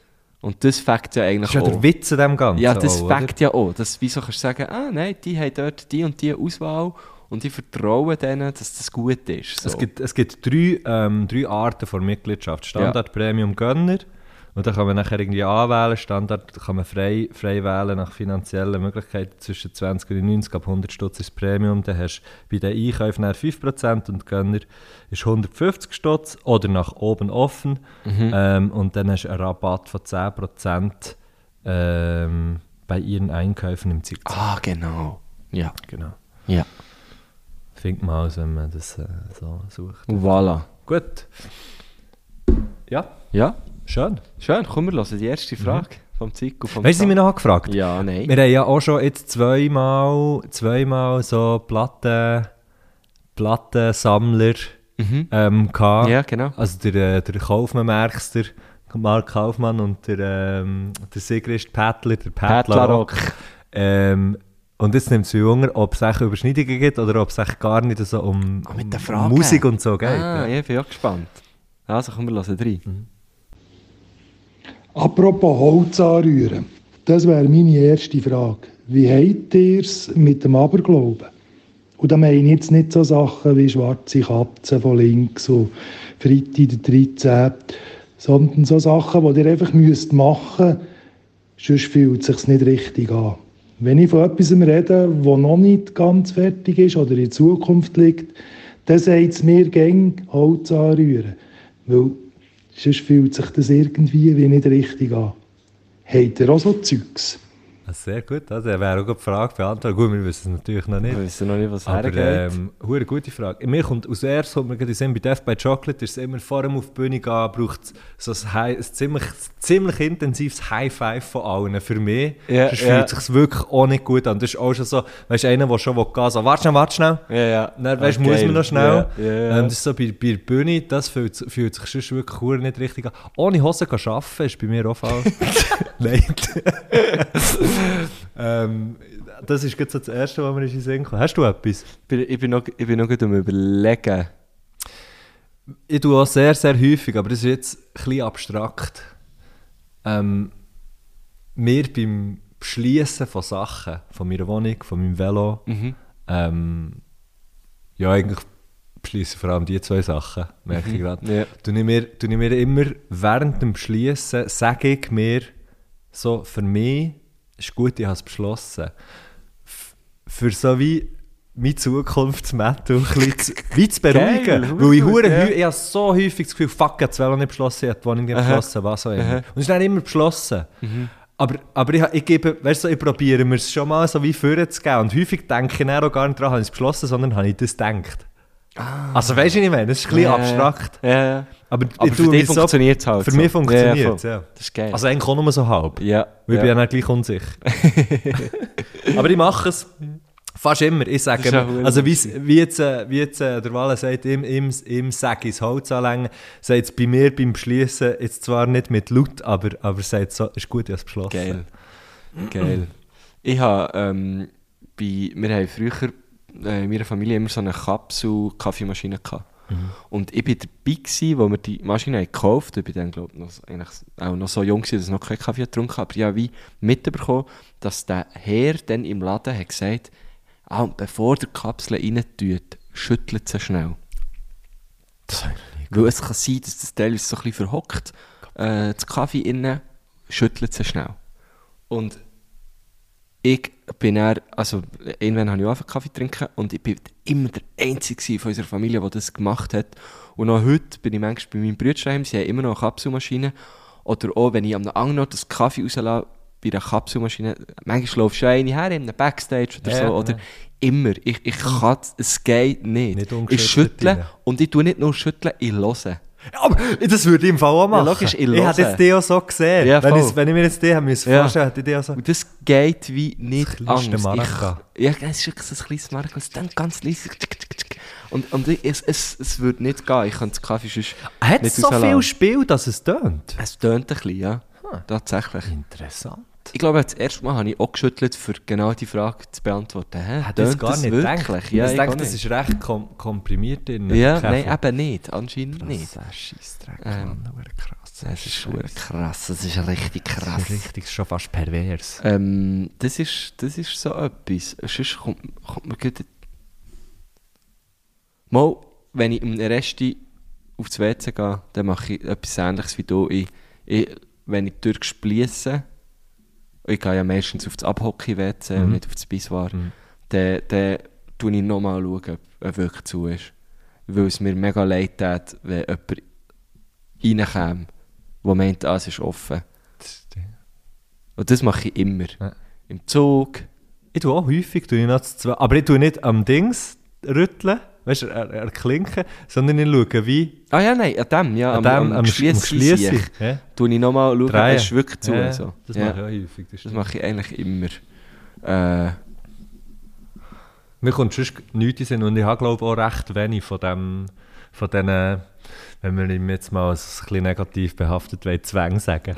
Speaker 5: und das fängt ja eigentlich
Speaker 2: Das ist ja der
Speaker 5: auch-
Speaker 2: Witz an dem Ganzen.
Speaker 5: Genau. ja, das
Speaker 2: auch, oder?
Speaker 5: fängt ja auch. Dass, wieso kannst du sagen, ah nein, die haben dort die und die Auswahl und ich vertraue denen, dass das gut ist. So.
Speaker 2: Es gibt, es gibt drei, ähm, drei Arten von Mitgliedschaft. Standard, Premium, Gönner. Und dann kann man nachher irgendwie anwählen. Standard kann man frei, frei wählen nach finanziellen Möglichkeiten. Zwischen 20 und 90 ab 100 Stutz ist das Premium. Dann hast du bei den Einkäufen dann 5% und Gönner ist 150 Stutz oder nach oben offen.
Speaker 5: Mhm.
Speaker 2: Ähm, und dann hast du einen Rabatt von 10% ähm, bei ihren Einkäufen im Zielzeit.
Speaker 5: ah, genau. Ja,
Speaker 2: Genau.
Speaker 5: ja.
Speaker 2: Findet man aus, wenn man das äh, so sucht.
Speaker 5: Voilà.
Speaker 2: Gut. Ja,
Speaker 5: Ja,
Speaker 2: schön.
Speaker 5: schön. Komm, wir hören die erste Frage vom Zico. Vom
Speaker 2: Mhm. Weißt du, sie haben mich noch gefragt?
Speaker 5: Ja, nein.
Speaker 2: Wir haben ja auch schon jetzt zweimal, zweimal so Platten, Plattensammler ähm, gehabt.
Speaker 5: Mhm. Ja, genau.
Speaker 2: Also der, äh, der Kaufmann Merkster, Mark Kaufmann und der, ähm, der Sigrist Pättler, der Pättlerock.
Speaker 5: Pätlerock.
Speaker 2: Ähm, und jetzt nimmt es mich wunder, ob es echt Überschneidungen gibt oder ob es echt gar nicht so um,
Speaker 5: Ah, mit der
Speaker 2: um
Speaker 5: Frage.
Speaker 2: Musik und so geht.
Speaker 5: Ah,
Speaker 2: ja.
Speaker 5: ich bin auch gespannt. Also, komm, wir hören rein.
Speaker 2: Mhm.
Speaker 1: Apropos Holz anrühren. Das wäre meine erste Frage. Wie habt ihr es mit dem Aberglauben? Und da meine ich jetzt nicht so Sachen wie schwarze Katzen von links und Freitag der 13. Sondern so Sachen, die ihr einfach müsst machen müsst, sonst fühlt es sich nicht richtig an. Wenn ich von etwas rede, das noch nicht ganz fertig ist oder in Zukunft liegt, dann sagt es mir gäng Holz anrühren. Weil sonst fühlt sich das irgendwie wie nicht richtig an. Habt ihr auch so Zeugs?
Speaker 2: Ah, Sehr gut, also wäre auch gut die Frage beantwortet. Gut, wir wissen es natürlich noch nicht.
Speaker 5: Ich weiß noch nicht, was
Speaker 2: Aber
Speaker 5: hergeht.
Speaker 2: ähm, hure gute Frage. Mir kommt aus erst, kommt mir gerade in den Sinn, bei Death by Chocolate ist es immer vor dem auf die Bühne gehen, braucht es so ein, High, ein ziemlich, ziemlich intensives High Five von allen. Für mich
Speaker 5: Ja,
Speaker 2: sonst
Speaker 5: ja.
Speaker 2: fühlt es sich wirklich auch nicht gut an. Das ist auch schon so, weißt du, einer, der schon will gehen so, warte schnell, warte schnell.
Speaker 5: ja, ja.
Speaker 2: Dann weißt,
Speaker 5: Ah,
Speaker 2: muss
Speaker 5: geil.
Speaker 2: man noch schnell.
Speaker 5: Ja, ja,
Speaker 2: Ähm,
Speaker 5: ja.
Speaker 2: das ist so bei, bei der Bühne, das fühlt, fühlt sich sonst wirklich hure nicht richtig an. Ohne Hose gehen arbeiten ist bei mir auch falsch. Nein. ähm, das ist gerade so das Erste, was mir in den Sinn kommt. Hast du etwas?
Speaker 5: Ich bin- ich bin noch, ich bin noch gut am überlegen.
Speaker 2: Ich tue auch sehr, sehr häufig, aber das ist jetzt ein bisschen abstrakt. Ähm, mir beim Beschließen von Sachen, von meiner Wohnung, von meinem Velo, ähm, ja, eigentlich beschließe ich vor allem die zwei Sachen, merke ich gerade.
Speaker 5: Ja.
Speaker 2: Tue ich mir, tue ich mir immer während dem Beschließen, sage ich mir, so, für mich ist gut, ich habe es beschlossen. F- Für so wie meine Zukunftsmette ein bisschen zu, wie zu beruhigen.
Speaker 5: Geil,
Speaker 2: weil ich,
Speaker 5: verdammt gut,
Speaker 2: hure
Speaker 5: ja.
Speaker 2: hä- ich habe so häufig das Gefühl, fuck, ich habe das Velo nicht beschlossen, ich habe die Wohnung nicht beschlossen, was auch immer. Und es ist dann immer beschlossen.
Speaker 5: Mhm.
Speaker 2: Aber, aber ich, ha- ich gebe, weißt du, ich probiere mir es schon mal so wie vorher zu geben. Und häufig denke ich dann auch gar nicht daran, habe ich es beschlossen, sondern habe ich das gedacht. Also weißt du, was ich meine? Das ist ein bisschen
Speaker 5: Ah. Ja,
Speaker 2: abstrakt.
Speaker 5: Ja, ja.
Speaker 2: Aber,
Speaker 5: Aber
Speaker 2: ich
Speaker 5: für
Speaker 2: tue
Speaker 5: dich
Speaker 2: mich so-
Speaker 5: funktioniert's halt
Speaker 2: Für
Speaker 5: so.
Speaker 2: mich funktioniert es,
Speaker 5: Ja,
Speaker 2: ja,
Speaker 5: ja, voll. Das ist geil.
Speaker 2: Also eigentlich auch nur so halb.
Speaker 5: Ja.
Speaker 2: Weil ich
Speaker 5: ja.
Speaker 2: bin ja dann gleich unsicher. Aber ich mache es fast immer. Ich sage
Speaker 5: Das ist
Speaker 2: immer-
Speaker 5: auch verdammt
Speaker 2: also wie, es- wie jetzt, äh, wie jetzt äh, der Walle sagt, im, im, im sage ich das Holz anlängen, sagt es bei mir beim Beschließen, jetzt zwar nicht mit laut, aber, aber sagt so, ist gut, ich habe es beschlossen.
Speaker 5: Geil. Geil. Ich habe ähm, bei, wir haben früher äh, in meiner Familie immer so eine Kapsel-Kaffeemaschine gehabt. Und ich war dabei, gewesen, wo wir die Maschine haben gekauft haben. Ich bin dann, glaube ich, noch, so- eigentlich auch noch so jung, gewesen, dass ich noch keinen Kaffee getrunken habe. Aber ich habe wie mitbekommen, dass der Herr dann im Laden hat gesagt hat, ah, und bevor der Kapsel rein tut, schüttelt sie schnell. Weil es kann sein, dass das teilweise so ein bisschen verhockt. Äh, das Kaffee innen schüttelt sie schnell. Und ich bin dann, also irgendwann habe ich auch angefangen Kaffee zu trinken und ich bin immer der Einzige gewesen von unserer Familie, der das gemacht hat. Und auch heute bin ich manchmal bei meinem Bruder daheim, sie haben immer noch eine Kapselmaschine. Oder auch, wenn ich am anderen Ort das Kaffee rauslasse, bei der Kapselmaschine, manchmal läufst du eine her in einem Backstage oder
Speaker 2: Ja,
Speaker 5: so,
Speaker 2: ja,
Speaker 5: oder
Speaker 2: genau.
Speaker 5: immer. Ich, ich kann es geht nicht.
Speaker 2: Nicht
Speaker 5: ich
Speaker 2: ungeschüttelt
Speaker 5: schüttle
Speaker 2: rein.
Speaker 5: und ich tue nicht nur schütteln, ich höre.
Speaker 2: Aber das würde ich im Fall auch machen.
Speaker 5: logisch, ich
Speaker 2: ich
Speaker 5: höre.
Speaker 2: hätte jetzt die auch so gesehen.
Speaker 5: Ja,
Speaker 2: wenn,
Speaker 5: voll.
Speaker 2: ich, wenn ich mir jetzt die haben müssen
Speaker 5: Ja.
Speaker 2: vorstellen, hätte ich die auch so...
Speaker 5: Und das geht wie nicht
Speaker 2: Das kleinste
Speaker 5: anders.
Speaker 2: Maraca.
Speaker 5: Ich, ja, es ist wirklich so ein kleines Marco, es dann ganz leise. tsk, tsk, tsk. Und, und ich, es, es, es würde nicht gehen. Ich könnte den Kaffee sonst
Speaker 2: Hat
Speaker 5: nicht
Speaker 2: es so
Speaker 5: rauslassen.
Speaker 2: viel Spiel, dass es tönt?
Speaker 5: Es tönt ein bisschen, ja. Tatsächlich.
Speaker 2: Interessant.
Speaker 5: Ich glaube, das erste Mal habe ich auch geschüttelt, für genau die Frage zu beantworten. Hä?
Speaker 2: Hätte ich es
Speaker 5: tönt
Speaker 2: gar
Speaker 5: das
Speaker 2: nicht
Speaker 5: wirklich?
Speaker 2: gedacht.
Speaker 5: Ja,
Speaker 2: ich
Speaker 5: ich
Speaker 2: denke,
Speaker 5: auch
Speaker 2: das
Speaker 5: nicht.
Speaker 2: ist recht kom komprimiert in
Speaker 5: Ja, nein, eben nicht. Anscheinend nicht.
Speaker 2: Das ist Scheissdreck,
Speaker 5: Ähm,
Speaker 2: Mann. verdammt krass.
Speaker 5: Es ist schon krass. Es ist richtig
Speaker 2: Das ist
Speaker 5: krass.
Speaker 2: richtig schon fast pervers.
Speaker 5: Ähm, das, ist, das ist so etwas. Sonst kommt, kommt mir gut. Mal, wenn ich im Resti aufs WC gehe, dann mache ich etwas ähnliches wie du. Ich, ich, wenn ich durchspliesse, ich gehe ja meistens auf das Abhockey-WC und nicht auf das Biswar, dann, dann schaue ich nochmal, ob er wirklich zu ist. Weil es mir mega leid tut, wenn jemand reinkäme, der meint, ah, es ist offen. Und das mache ich immer.
Speaker 2: Ja.
Speaker 5: Im Zug.
Speaker 2: Ich tue auch häufig, tue ich noch zu zwei, aber ich tue nicht am Dings rütteln, weißt du, er, er klinken, sondern ich schaue wie
Speaker 5: Ah ja, nein, an dem, ja,
Speaker 2: an dem, am, am
Speaker 5: Schliessi sehe ich.
Speaker 2: Schliessi. Ja,
Speaker 5: Tue ich nochmal schauen,
Speaker 2: drehen.
Speaker 5: es ist wirklich zu.
Speaker 2: Ja,
Speaker 5: und so.
Speaker 2: Das
Speaker 5: ja,
Speaker 2: mache ich auch häufig. Das
Speaker 5: das
Speaker 2: stimmt.
Speaker 5: mache ich eigentlich immer. Äh,
Speaker 2: Mir kommt sonst nichts in den Sinn und ich habe glaube ich, auch recht wenig von dem, von diesen, äh, wenn wir ihm jetzt mal so ein bisschen negativ behaftet wollen, Zwängen sagen.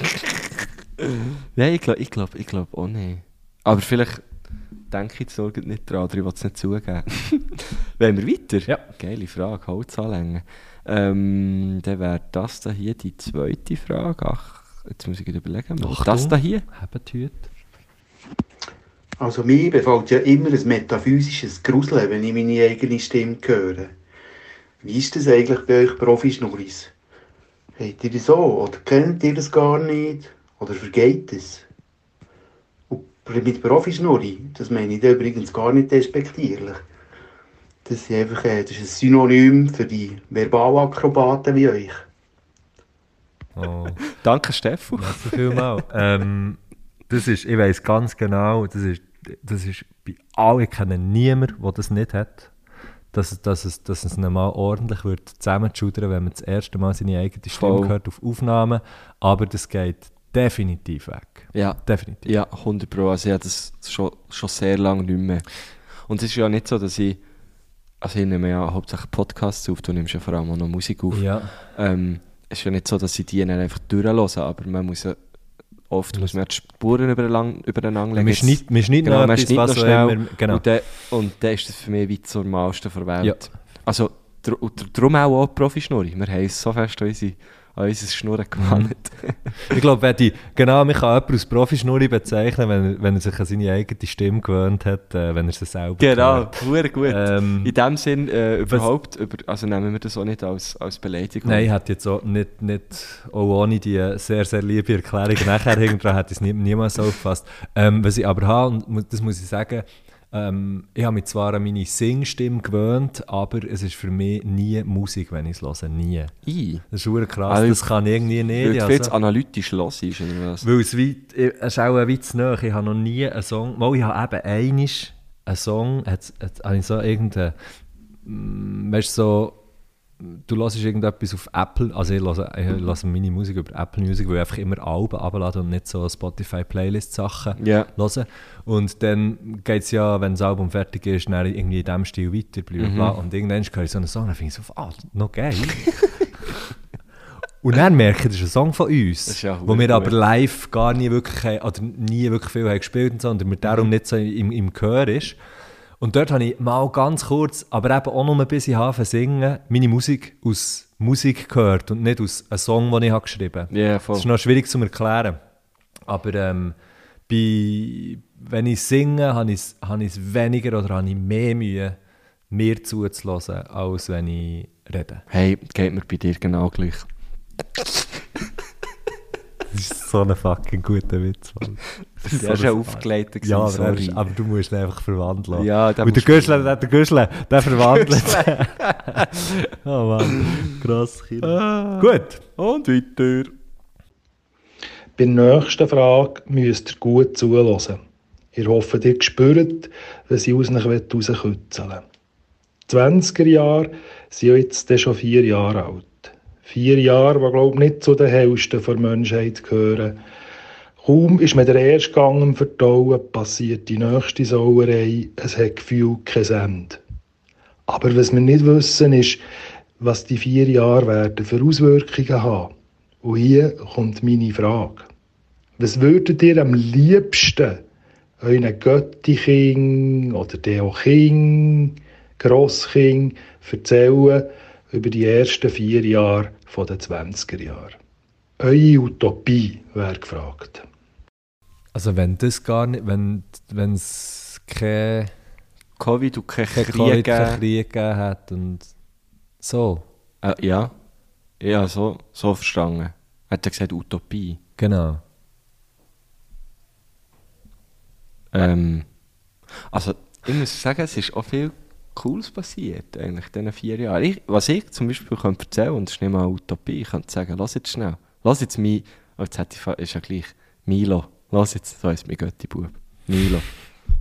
Speaker 5: nein, ich glaube ich glaub, ich glaub auch nicht. Aber vielleicht denke ich jetzt nur grad nicht dran, oder ich will es nicht zugeben. Wollen wir weiter?
Speaker 2: Ja.
Speaker 5: Geile Frage, Holz anlängen. Ähm, dann wäre das da hier die zweite Frage. Ach, jetzt muss ich grad überlegen.
Speaker 2: Achtung.
Speaker 5: das da hier?
Speaker 2: Eben die Hüte.
Speaker 6: Also mir befällt ja immer ein metaphysisches Gruseln, wenn ich meine eigene Stimme höre. Wie dus ist das eigentlich bei euch Profischnurris? Habt ihr das so oder kennt ihr das dus gar nicht? Oder vergeht es? Und mit Profischnurri, das meine ich da übrigens gar nicht despektierlich. Das ist einfach äh, das ist ein Synonym für die Verbalakrobaten wie euch.
Speaker 2: Oh.
Speaker 5: Danke, Stefan.
Speaker 2: Vielmal. ähm, d- Das ist, ich weiß ganz genau, das ist, das ist bei allen, ich kenne niemanden, der das nicht hat. Dass, dass, es, dass es einem mal ordentlich wird zusammenschudern, wenn man das erste Mal seine eigene Stimme
Speaker 5: Voll.
Speaker 2: hört auf Aufnahme. Aber das geht definitiv weg.
Speaker 5: Ja.
Speaker 2: Definitiv.
Speaker 5: Ja, 100 Pro. Also, ja, das schon, schon sehr lange nicht mehr. Und es ist ja nicht so, dass ich. Also, ich nehme ja hauptsächlich Podcasts auf, du nimmst ja vor allem auch noch Musik auf.
Speaker 2: Ja.
Speaker 5: Ähm, es ist ja nicht so, dass ich die dann einfach durchlose, aber man muss ja. Oft muss man ja die Spuren übereinander, übereinander legen.
Speaker 2: Man schneidet, man schneidet
Speaker 5: genau,
Speaker 2: noch
Speaker 5: man
Speaker 2: etwas,
Speaker 5: schneidet noch
Speaker 2: was auch
Speaker 5: schnell.
Speaker 2: immer- Genau.
Speaker 5: Und dann und dann ist das für mich wie das Normalste der Welt.
Speaker 2: Ja.
Speaker 5: Also, dr- und dr- darum auch, auch die Profischnurri. Wir haben es so fest an, unsere, an unser Schnurren gewandt.
Speaker 2: Ich glaube, wenn die, genau, man kann jemanden als Profischnurri bezeichnen, wenn er, wenn er sich an seine eigene Stimme gewöhnt hat, äh, wenn er sie selber
Speaker 5: Genau,
Speaker 2: hört.
Speaker 5: pur gut.
Speaker 2: Ähm,
Speaker 5: In dem Sinn, äh, überhaupt, über, also nehmen wir das auch nicht als, als Beleidigung.
Speaker 2: Nein, ich hätte jetzt auch nicht, nicht auch ohne die sehr, sehr liebe Erklärung nachher hinterher hätte ich es nie, niemals aufgefasst. Ähm, was ich aber habe, und mu- das muss ich sagen, ähm, ich habe mich zwar an meine Singstimme gewöhnt, aber es ist für mich nie Musik, wenn ich es höre, nie.
Speaker 5: I.
Speaker 2: Das ist verdammt krass,
Speaker 5: Also,
Speaker 2: das kann ich irgendwie nicht. also.
Speaker 5: Weil
Speaker 2: Ich
Speaker 5: du
Speaker 2: habe
Speaker 5: jetzt
Speaker 2: so-
Speaker 5: analytisch los ist, oder was?
Speaker 2: Weil es, weit, ich- es ist auch ein weit zu nahe. Ich habe noch nie einen Song. Mal, ich habe eben einisch einen Song, hat, hat, habe ich so irgendeinen. mm, Weißt du, so, du hörst irgendetwas auf Apple. Also, ich höre, ich höre meine Musik über Apple Music, weil ich einfach immer Alben abladen und nicht so Spotify-Playlist-Sachen
Speaker 5: Ja.
Speaker 2: hören. Und dann geht es ja, wenn das Album fertig ist, dann irgendwie in diesem Stil weiter. Bla, bla.
Speaker 5: Mhm.
Speaker 2: Und irgendwann höre ich so einen Song und finde ich so, ah, noch geil. und dann merke ich, das ist ein Song von
Speaker 5: Das
Speaker 2: uns,
Speaker 5: ist ja
Speaker 2: wo wir
Speaker 5: verdammt
Speaker 2: aber
Speaker 5: gut.
Speaker 2: live gar nie wirklich, haben- oder nie wirklich viel haben gespielt und so, und mir darum nicht so im, im Gehör ist. Und dort habe ich mal ganz kurz, aber eben auch nur ein bisschen Hafen singen, meine Musik aus Musik gehört und nicht aus einem Song, den ich habe geschrieben habe.
Speaker 5: Ja, voll.
Speaker 2: Das ist noch schwierig zu erklären. Aber ähm, bei, wenn ich singe, habe ich es habe ich es weniger oder habe ich mehr Mühe, mir zuzuhören, als wenn ich rede.
Speaker 5: Hey, geht mir bei dir genau gleich.
Speaker 2: Das ist so ein fucking guter Witz. Mann.
Speaker 5: Das war schon aufgeleitet, gewesen,
Speaker 2: Ja, aber, er
Speaker 5: sorry.
Speaker 2: ist, aber du musst ihn einfach verwandeln. lassen.
Speaker 5: Ja, den
Speaker 2: Und der
Speaker 5: musst
Speaker 2: Güschler, der, der Güschler, der verwandelt. oh Mann, krass. Kind.
Speaker 5: Ah.
Speaker 2: Gut.
Speaker 5: Und weiter.
Speaker 1: Bei der nächsten Frage müsst ihr gut zuhören. Ich hoffe, ihr spürt, was ich aus euch herauskitzeln will. Die 20er Jahre sind ja jetzt dann schon vier Jahre alt. Vier Jahre, die, glaube ich, nicht zu den hellsten der Menschheit gehören. Kaum ist mir der erste Gang im Vertrauen, passiert die nächste Sauerei. Es hat Gefühl kein Ende. Aber was wir nicht wissen, ist, was die vier Jahre werden für Auswirkungen haben. Und hier kommt meine Frage. Was würdet ihr am liebsten euren Göttiching oder Deoching, Grossching erzählen über die ersten vier Jahre von den 20er Jahren? Eure Utopie wäre gefragt.
Speaker 2: Also wenn das gar nicht, wenn es keine
Speaker 5: Covid und kein
Speaker 2: kein
Speaker 5: Krieg.
Speaker 2: Krieg, kein
Speaker 5: gegeben.
Speaker 2: Krieg gegeben hat und so,
Speaker 5: Äh, ja. Ja, so, so verstanden. Hat er gesagt, Utopie.
Speaker 2: genau.
Speaker 5: Ähm, also, ich muss sagen, es ist auch viel Cooles passiert eigentlich in diesen vier Jahren. Ich, was ich zum Beispiel könnte erzählen und es ist nicht mal eine Utopie, ich könnte sagen, lass jetzt schnell, lass jetzt mein, oh, jetzt hätte ich, fa- ist ja gleich, Milo, lass jetzt, so heisst mein Götti-Bub, Milo.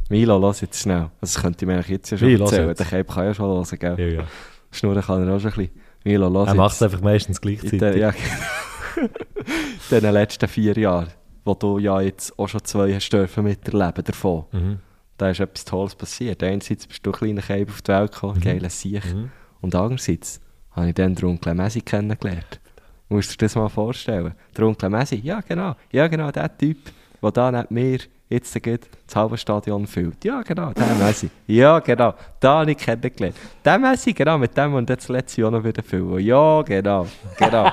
Speaker 5: Milo, lass jetzt schnell. Also, das könnte ich mir eigentlich jetzt ja schon
Speaker 2: Wie, lass
Speaker 5: erzählen.
Speaker 2: jetzt?
Speaker 5: Der Käpp kann ja schon hören, gell?
Speaker 2: Ja, ja.
Speaker 5: Schnurren kann er auch schon ein bisschen. Milo, lass
Speaker 2: Er
Speaker 5: jetzt.
Speaker 2: macht es einfach meistens
Speaker 5: In den,
Speaker 2: gleichzeitig.
Speaker 5: ja, in den letzten vier Jahren, wo du ja jetzt auch schon zwei hast dürfen miterleben davon, da ist etwas Tolles passiert. Einerseits bist du ein kleiner Kaib auf die Welt gekommen, geiler Sieg. Und andererseits habe ich dann Drunkle Messi kennengelernt. Musst du dir das mal vorstellen? Drunkle Messi, ja genau, ja genau, der Typ, der da nicht mehr jetzt geht, das halbe Stadion füllt. Ja genau, der Messi. Ja genau, da habe ich kennengelernt. Der Messi, genau, mit dem und jetzt letztes Jahr noch wieder füllen. Ja genau, genau.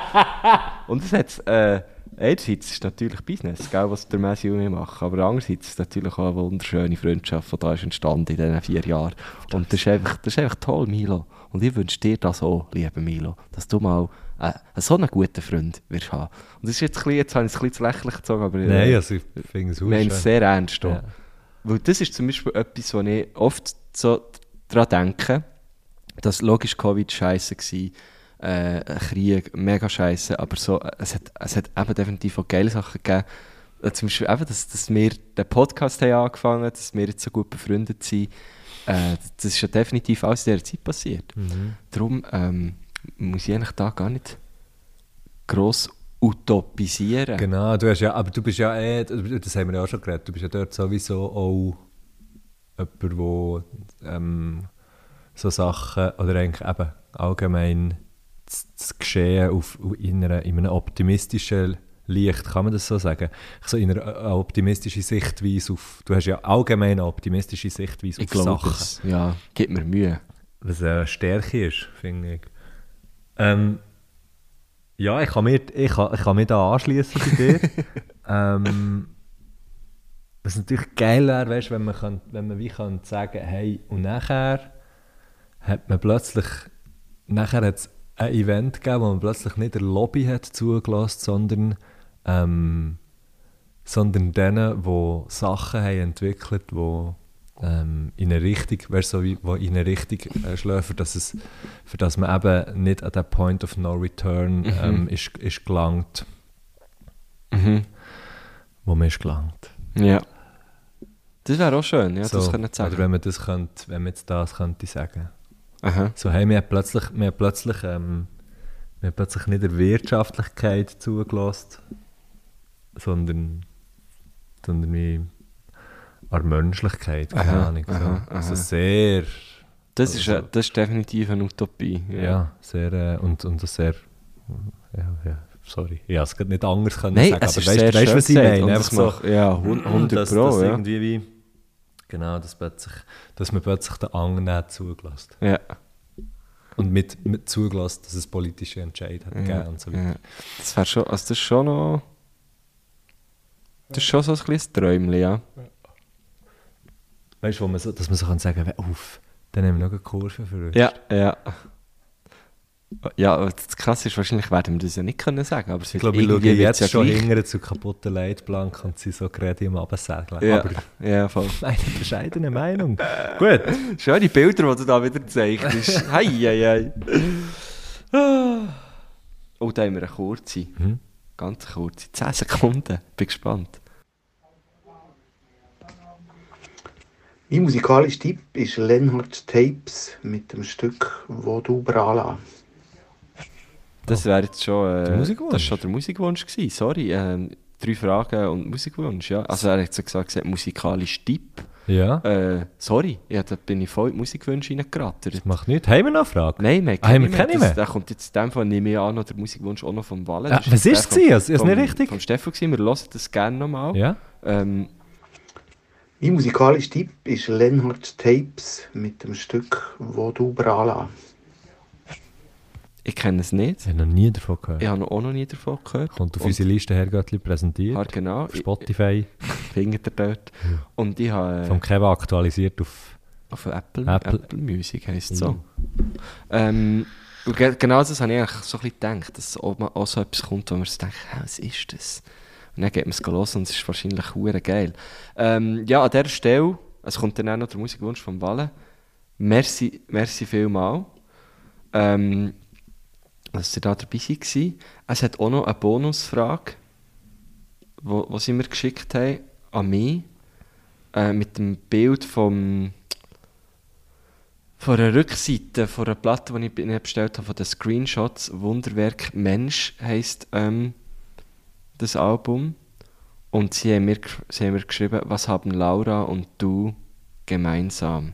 Speaker 5: Und es hat, äh, einerseits ist natürlich Business, gell, was der Messi und ich machen, aber andererseits ist natürlich auch eine wunderschöne Freundschaft, die da ist entstanden in diesen vier Jahren. Und das ist einfach, das ist einfach toll, Milo. Und ich wünsche dir das auch, lieber Milo, dass du mal äh, so einen guten Freund wirst haben. Und das ist jetzt, ein bisschen, jetzt habe ich es ein bisschen zu lächerlich gezogen, aber... äh,
Speaker 2: Nein, also ich finde es
Speaker 5: wir haben es
Speaker 2: auch
Speaker 5: sehr ernst.
Speaker 2: Ja.
Speaker 5: Ja. Weil das ist zum Beispiel etwas, wo ich oft so daran denke, dass logisch Covid scheiße war, äh, Krieg mega scheiße, aber so, äh, es, hat, es hat eben definitiv auch geile Sachen gegeben, äh, zum Beispiel eben, dass, dass wir den Podcast haben angefangen haben, dass wir jetzt so gut befreundet sind, äh, das ist ja definitiv alles in dieser Zeit passiert.
Speaker 2: Mhm.
Speaker 5: Darum ähm, muss ich eigentlich da gar nicht gross utopisieren.
Speaker 2: Genau, du hast ja, aber du bist ja eh, das haben wir ja auch schon geredet, du bist ja dort sowieso auch jemand, der ähm, so Sachen, oder eigentlich eben allgemein das, das Geschehen auf, in, einer, in einem optimistischen Licht, kann man das so sagen? So in einer äh, optimistischen Sichtweise auf, du hast ja allgemein eine optimistische Sichtweise auf Sachen.
Speaker 5: es. Ja, gib mir Mühe.
Speaker 2: was eine Stärke ist, finde ich. Ähm, ja, ich kann mir, ich kann, ich kann mir da anschließen bei dir. ähm, was natürlich geil wäre, weißt, wenn man, kann, wenn man wie kann sagen hey, und nachher hat man plötzlich, nachher hat es ein Event gegeben, wo man plötzlich nicht der Lobby hat zugelassen, sondern ähm, sondern denen, die Sachen haben entwickelt haben, die ähm, in eine Richtung, weißt, du, so wie, wo in eine Richtung äh, schlagen, für dass, es, für dass man eben nicht an den Point of No Return ähm, ist, ist gelangt,
Speaker 5: Mhm.
Speaker 2: wo man ist gelangt.
Speaker 5: Ja. Das wäre auch schön, ja,
Speaker 2: So,
Speaker 5: das können wir
Speaker 2: Oder
Speaker 5: sagen.
Speaker 2: wenn man das könnte, wenn man jetzt das könnte sagen.
Speaker 5: Aha.
Speaker 2: So, hey, wir haben plötzlich, wir haben plötzlich, ähm, wir haben plötzlich nicht der Wirtschaftlichkeit zugelassen, sondern, sondern wie an Menschlichkeit, keine
Speaker 5: Aha,
Speaker 2: Ahnung. So.
Speaker 5: aha, aha.
Speaker 2: Also sehr,
Speaker 5: Das,
Speaker 2: Also
Speaker 5: ist,
Speaker 2: so-
Speaker 5: äh, das ist definitiv eine Utopie.
Speaker 2: ja, sehr, äh, und, und das sehr, ja, ja, sorry, ich habe es gerade nicht anders können
Speaker 5: Nein,
Speaker 2: sagen, aber
Speaker 5: es ist sehr
Speaker 2: weißt du,
Speaker 5: schön
Speaker 2: was ich
Speaker 5: gesagt
Speaker 2: meine?
Speaker 5: und
Speaker 2: Einfach
Speaker 5: es
Speaker 2: so,
Speaker 5: macht- Ja, 100
Speaker 2: dass,
Speaker 5: Pro,
Speaker 2: dass
Speaker 5: ja.
Speaker 2: irgendwie wie, genau, dass, plötzlich, dass man plötzlich den anderen hat zugelassen.
Speaker 5: ja.
Speaker 2: Und mit, mit zugelassen, dass es politische Entscheid hat gegeben und so weiter.
Speaker 5: Ja. Das wäre schon, also das ist schon noch... Das ist schon so ein kleines Träumchen, ja.
Speaker 2: Weißt du, wo man so, dass man so kann sagen kann, uff, dann haben wir noch eine Kurve für uns.
Speaker 5: Ja, ja. Ja, aber das Krasse ist, wahrscheinlich werden wir das ja nicht können sagen, aber es
Speaker 2: Ich
Speaker 5: wird
Speaker 2: glaube, ich schaue
Speaker 5: irgendwie wird's
Speaker 2: jetzt schon
Speaker 5: gleich-
Speaker 2: hinterher zu kaputten Leitplanken und sie so gerade im Abendsegeln.
Speaker 5: Ja,
Speaker 2: Aber
Speaker 5: ja, voll.
Speaker 2: meine bescheidene Meinung. Gut.
Speaker 5: Schöne Bilder, die du da wieder zeichnest. hei, hei, hei. Ah. Oh, da haben wir eine kurze.
Speaker 2: Hm?
Speaker 5: Ganz kurze. 10 Sekunden. Bin gespannt.
Speaker 6: Mein musikalischer Tipp ist Lenhard Tapes mit dem Stück «Wo du Brala».
Speaker 5: Das wäre jetzt schon, äh,
Speaker 2: Oh. Der Musikwunsch.
Speaker 5: Das ist schon der Musikwunsch gewesen. Sorry. Ähm, drei Fragen und Musikwunsch. Ja. Also, er hat so gesagt, gesagt musikalisch Tipp.
Speaker 2: Ja,
Speaker 5: Äh, sorry. Ja, da bin ich voll in die Musikwünsche reingerattert.
Speaker 2: macht nichts. Haben wir noch Fragen?
Speaker 5: Nein, wir haben
Speaker 2: Ah, haben wir
Speaker 5: keine
Speaker 2: keine
Speaker 5: Das-
Speaker 2: mehr?
Speaker 5: Da kommt jetzt in dem Fall, nehme ich an, noch der Musikwunsch auch noch vom Wallen.
Speaker 2: Ja,
Speaker 5: Das
Speaker 2: was
Speaker 5: jetzt
Speaker 2: ist es
Speaker 5: der
Speaker 2: gewesen?
Speaker 5: vom-
Speaker 2: Also, ist
Speaker 5: vom-
Speaker 2: nicht richtig?
Speaker 5: Vom Stefan gewesen. Wir hören das gerne nochmal.
Speaker 2: Ja?
Speaker 5: Ähm,
Speaker 6: Mein musikalischer Tipp ist Lenhard Tapes mit dem Stück «Wo du Brala».
Speaker 5: ich kenne es nicht.
Speaker 2: Ich habe noch nie davon gehört.
Speaker 5: Ich habe noch- auch noch nie davon gehört.
Speaker 2: Kommt auf
Speaker 5: Und-
Speaker 2: unsere Liste Herrgöttli präsentiert.
Speaker 5: Ah, genau.
Speaker 2: Auf Spotify.
Speaker 5: Finger dort. Und ich habe äh,
Speaker 2: Vom Kevin aktualisiert auf...
Speaker 5: auf
Speaker 2: Apple.
Speaker 5: Apple,
Speaker 2: Mhm.
Speaker 5: Apple. Music heisst es so. Ähm, und ge- genau das habe ich eigentlich so ein bisschen gedacht, dass auch, mal, auch so etwas kommt, wo man sich denkt, «Hä, was ist das? Und dann geht man es los und es ist wahrscheinlich hure geil. Ähm, ja, an dieser Stelle, es kommt dann auch noch der Musikwunsch von Wallen. Merci, merci vielmal. Ähm, dass ihr da dabei wart. Es hat auch noch eine Bonusfrage, wo, wo sie mir geschickt haben, an mich, äh, mit dem Bild vom, von der Rückseite von einer Platte, die ich bei ihnen bestellt habe, von den Screenshots. Wunderwerk Mensch heisst ähm, das Album. Und sie haben, mir, gesch- sie haben mir geschrieben, was haben Laura und du gemeinsam?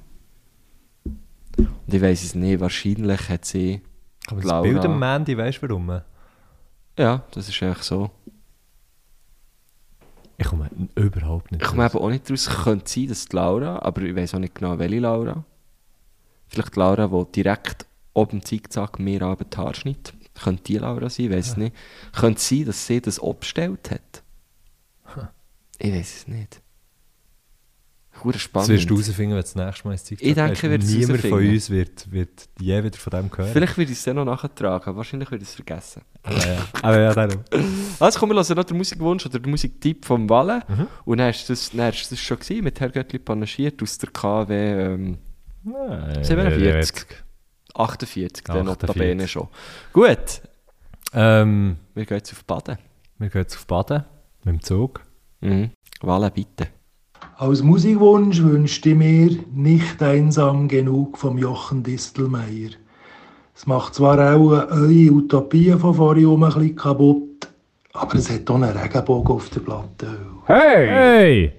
Speaker 5: Und ich weiß es nicht, wahrscheinlich hat sie.
Speaker 2: Aber das
Speaker 5: Laura-
Speaker 2: Bild am Mandy, weißt du warum?
Speaker 5: Ja, das ist eigentlich so.
Speaker 2: Ich komme überhaupt nicht
Speaker 5: Ich komme
Speaker 2: drauf.
Speaker 5: eben auch nicht daraus. Könnte sein, dass die Laura, aber ich weiß auch nicht genau, welche Laura. Vielleicht die Laura, die direkt oben Zickzack mir abend die Haare schneidet. Könnte die Laura sein, ich weiß es nicht. Könnte sein, dass sie das abgestellt hat. Ich weiß es nicht. Hure
Speaker 2: Das wirst
Speaker 5: spannend.
Speaker 2: du herausfinden, wenn du das nächste Mal ins Zeug
Speaker 5: Ich denke,
Speaker 2: hast.
Speaker 5: ich werde es
Speaker 2: Niemand von
Speaker 5: herausfinden.
Speaker 2: uns wird, wird je wieder von dem hören.
Speaker 5: Vielleicht würde ich es dann noch nachtragen, aber wahrscheinlich würde ich es vergessen.
Speaker 2: Aber ja, aber Ah, ja darum.
Speaker 5: Also komm, wir hören noch den Musikwunsch oder den Musiktipp vom Wallen.
Speaker 2: Mhm.
Speaker 5: Und dann ist das, dann ist das schon gewesen, mit Herr Göttli panaschiert aus der KW... Ähm, 47. 48, dann notabene
Speaker 2: 48.
Speaker 5: schon. Gut,
Speaker 2: Ähm,
Speaker 5: wir gehen jetzt auf Baden.
Speaker 2: wir gehen jetzt auf Baden mit dem Zug.
Speaker 5: Mhm. Wale bitte.
Speaker 1: Als Musikwunsch wünschte ich mir nicht einsam genug vom Jochen Distelmeier. Es macht zwar auch eure Utopie von vorhin um ein bisschen kaputt, aber es hat auch einen Regenbogen auf der Platte.
Speaker 7: Hey!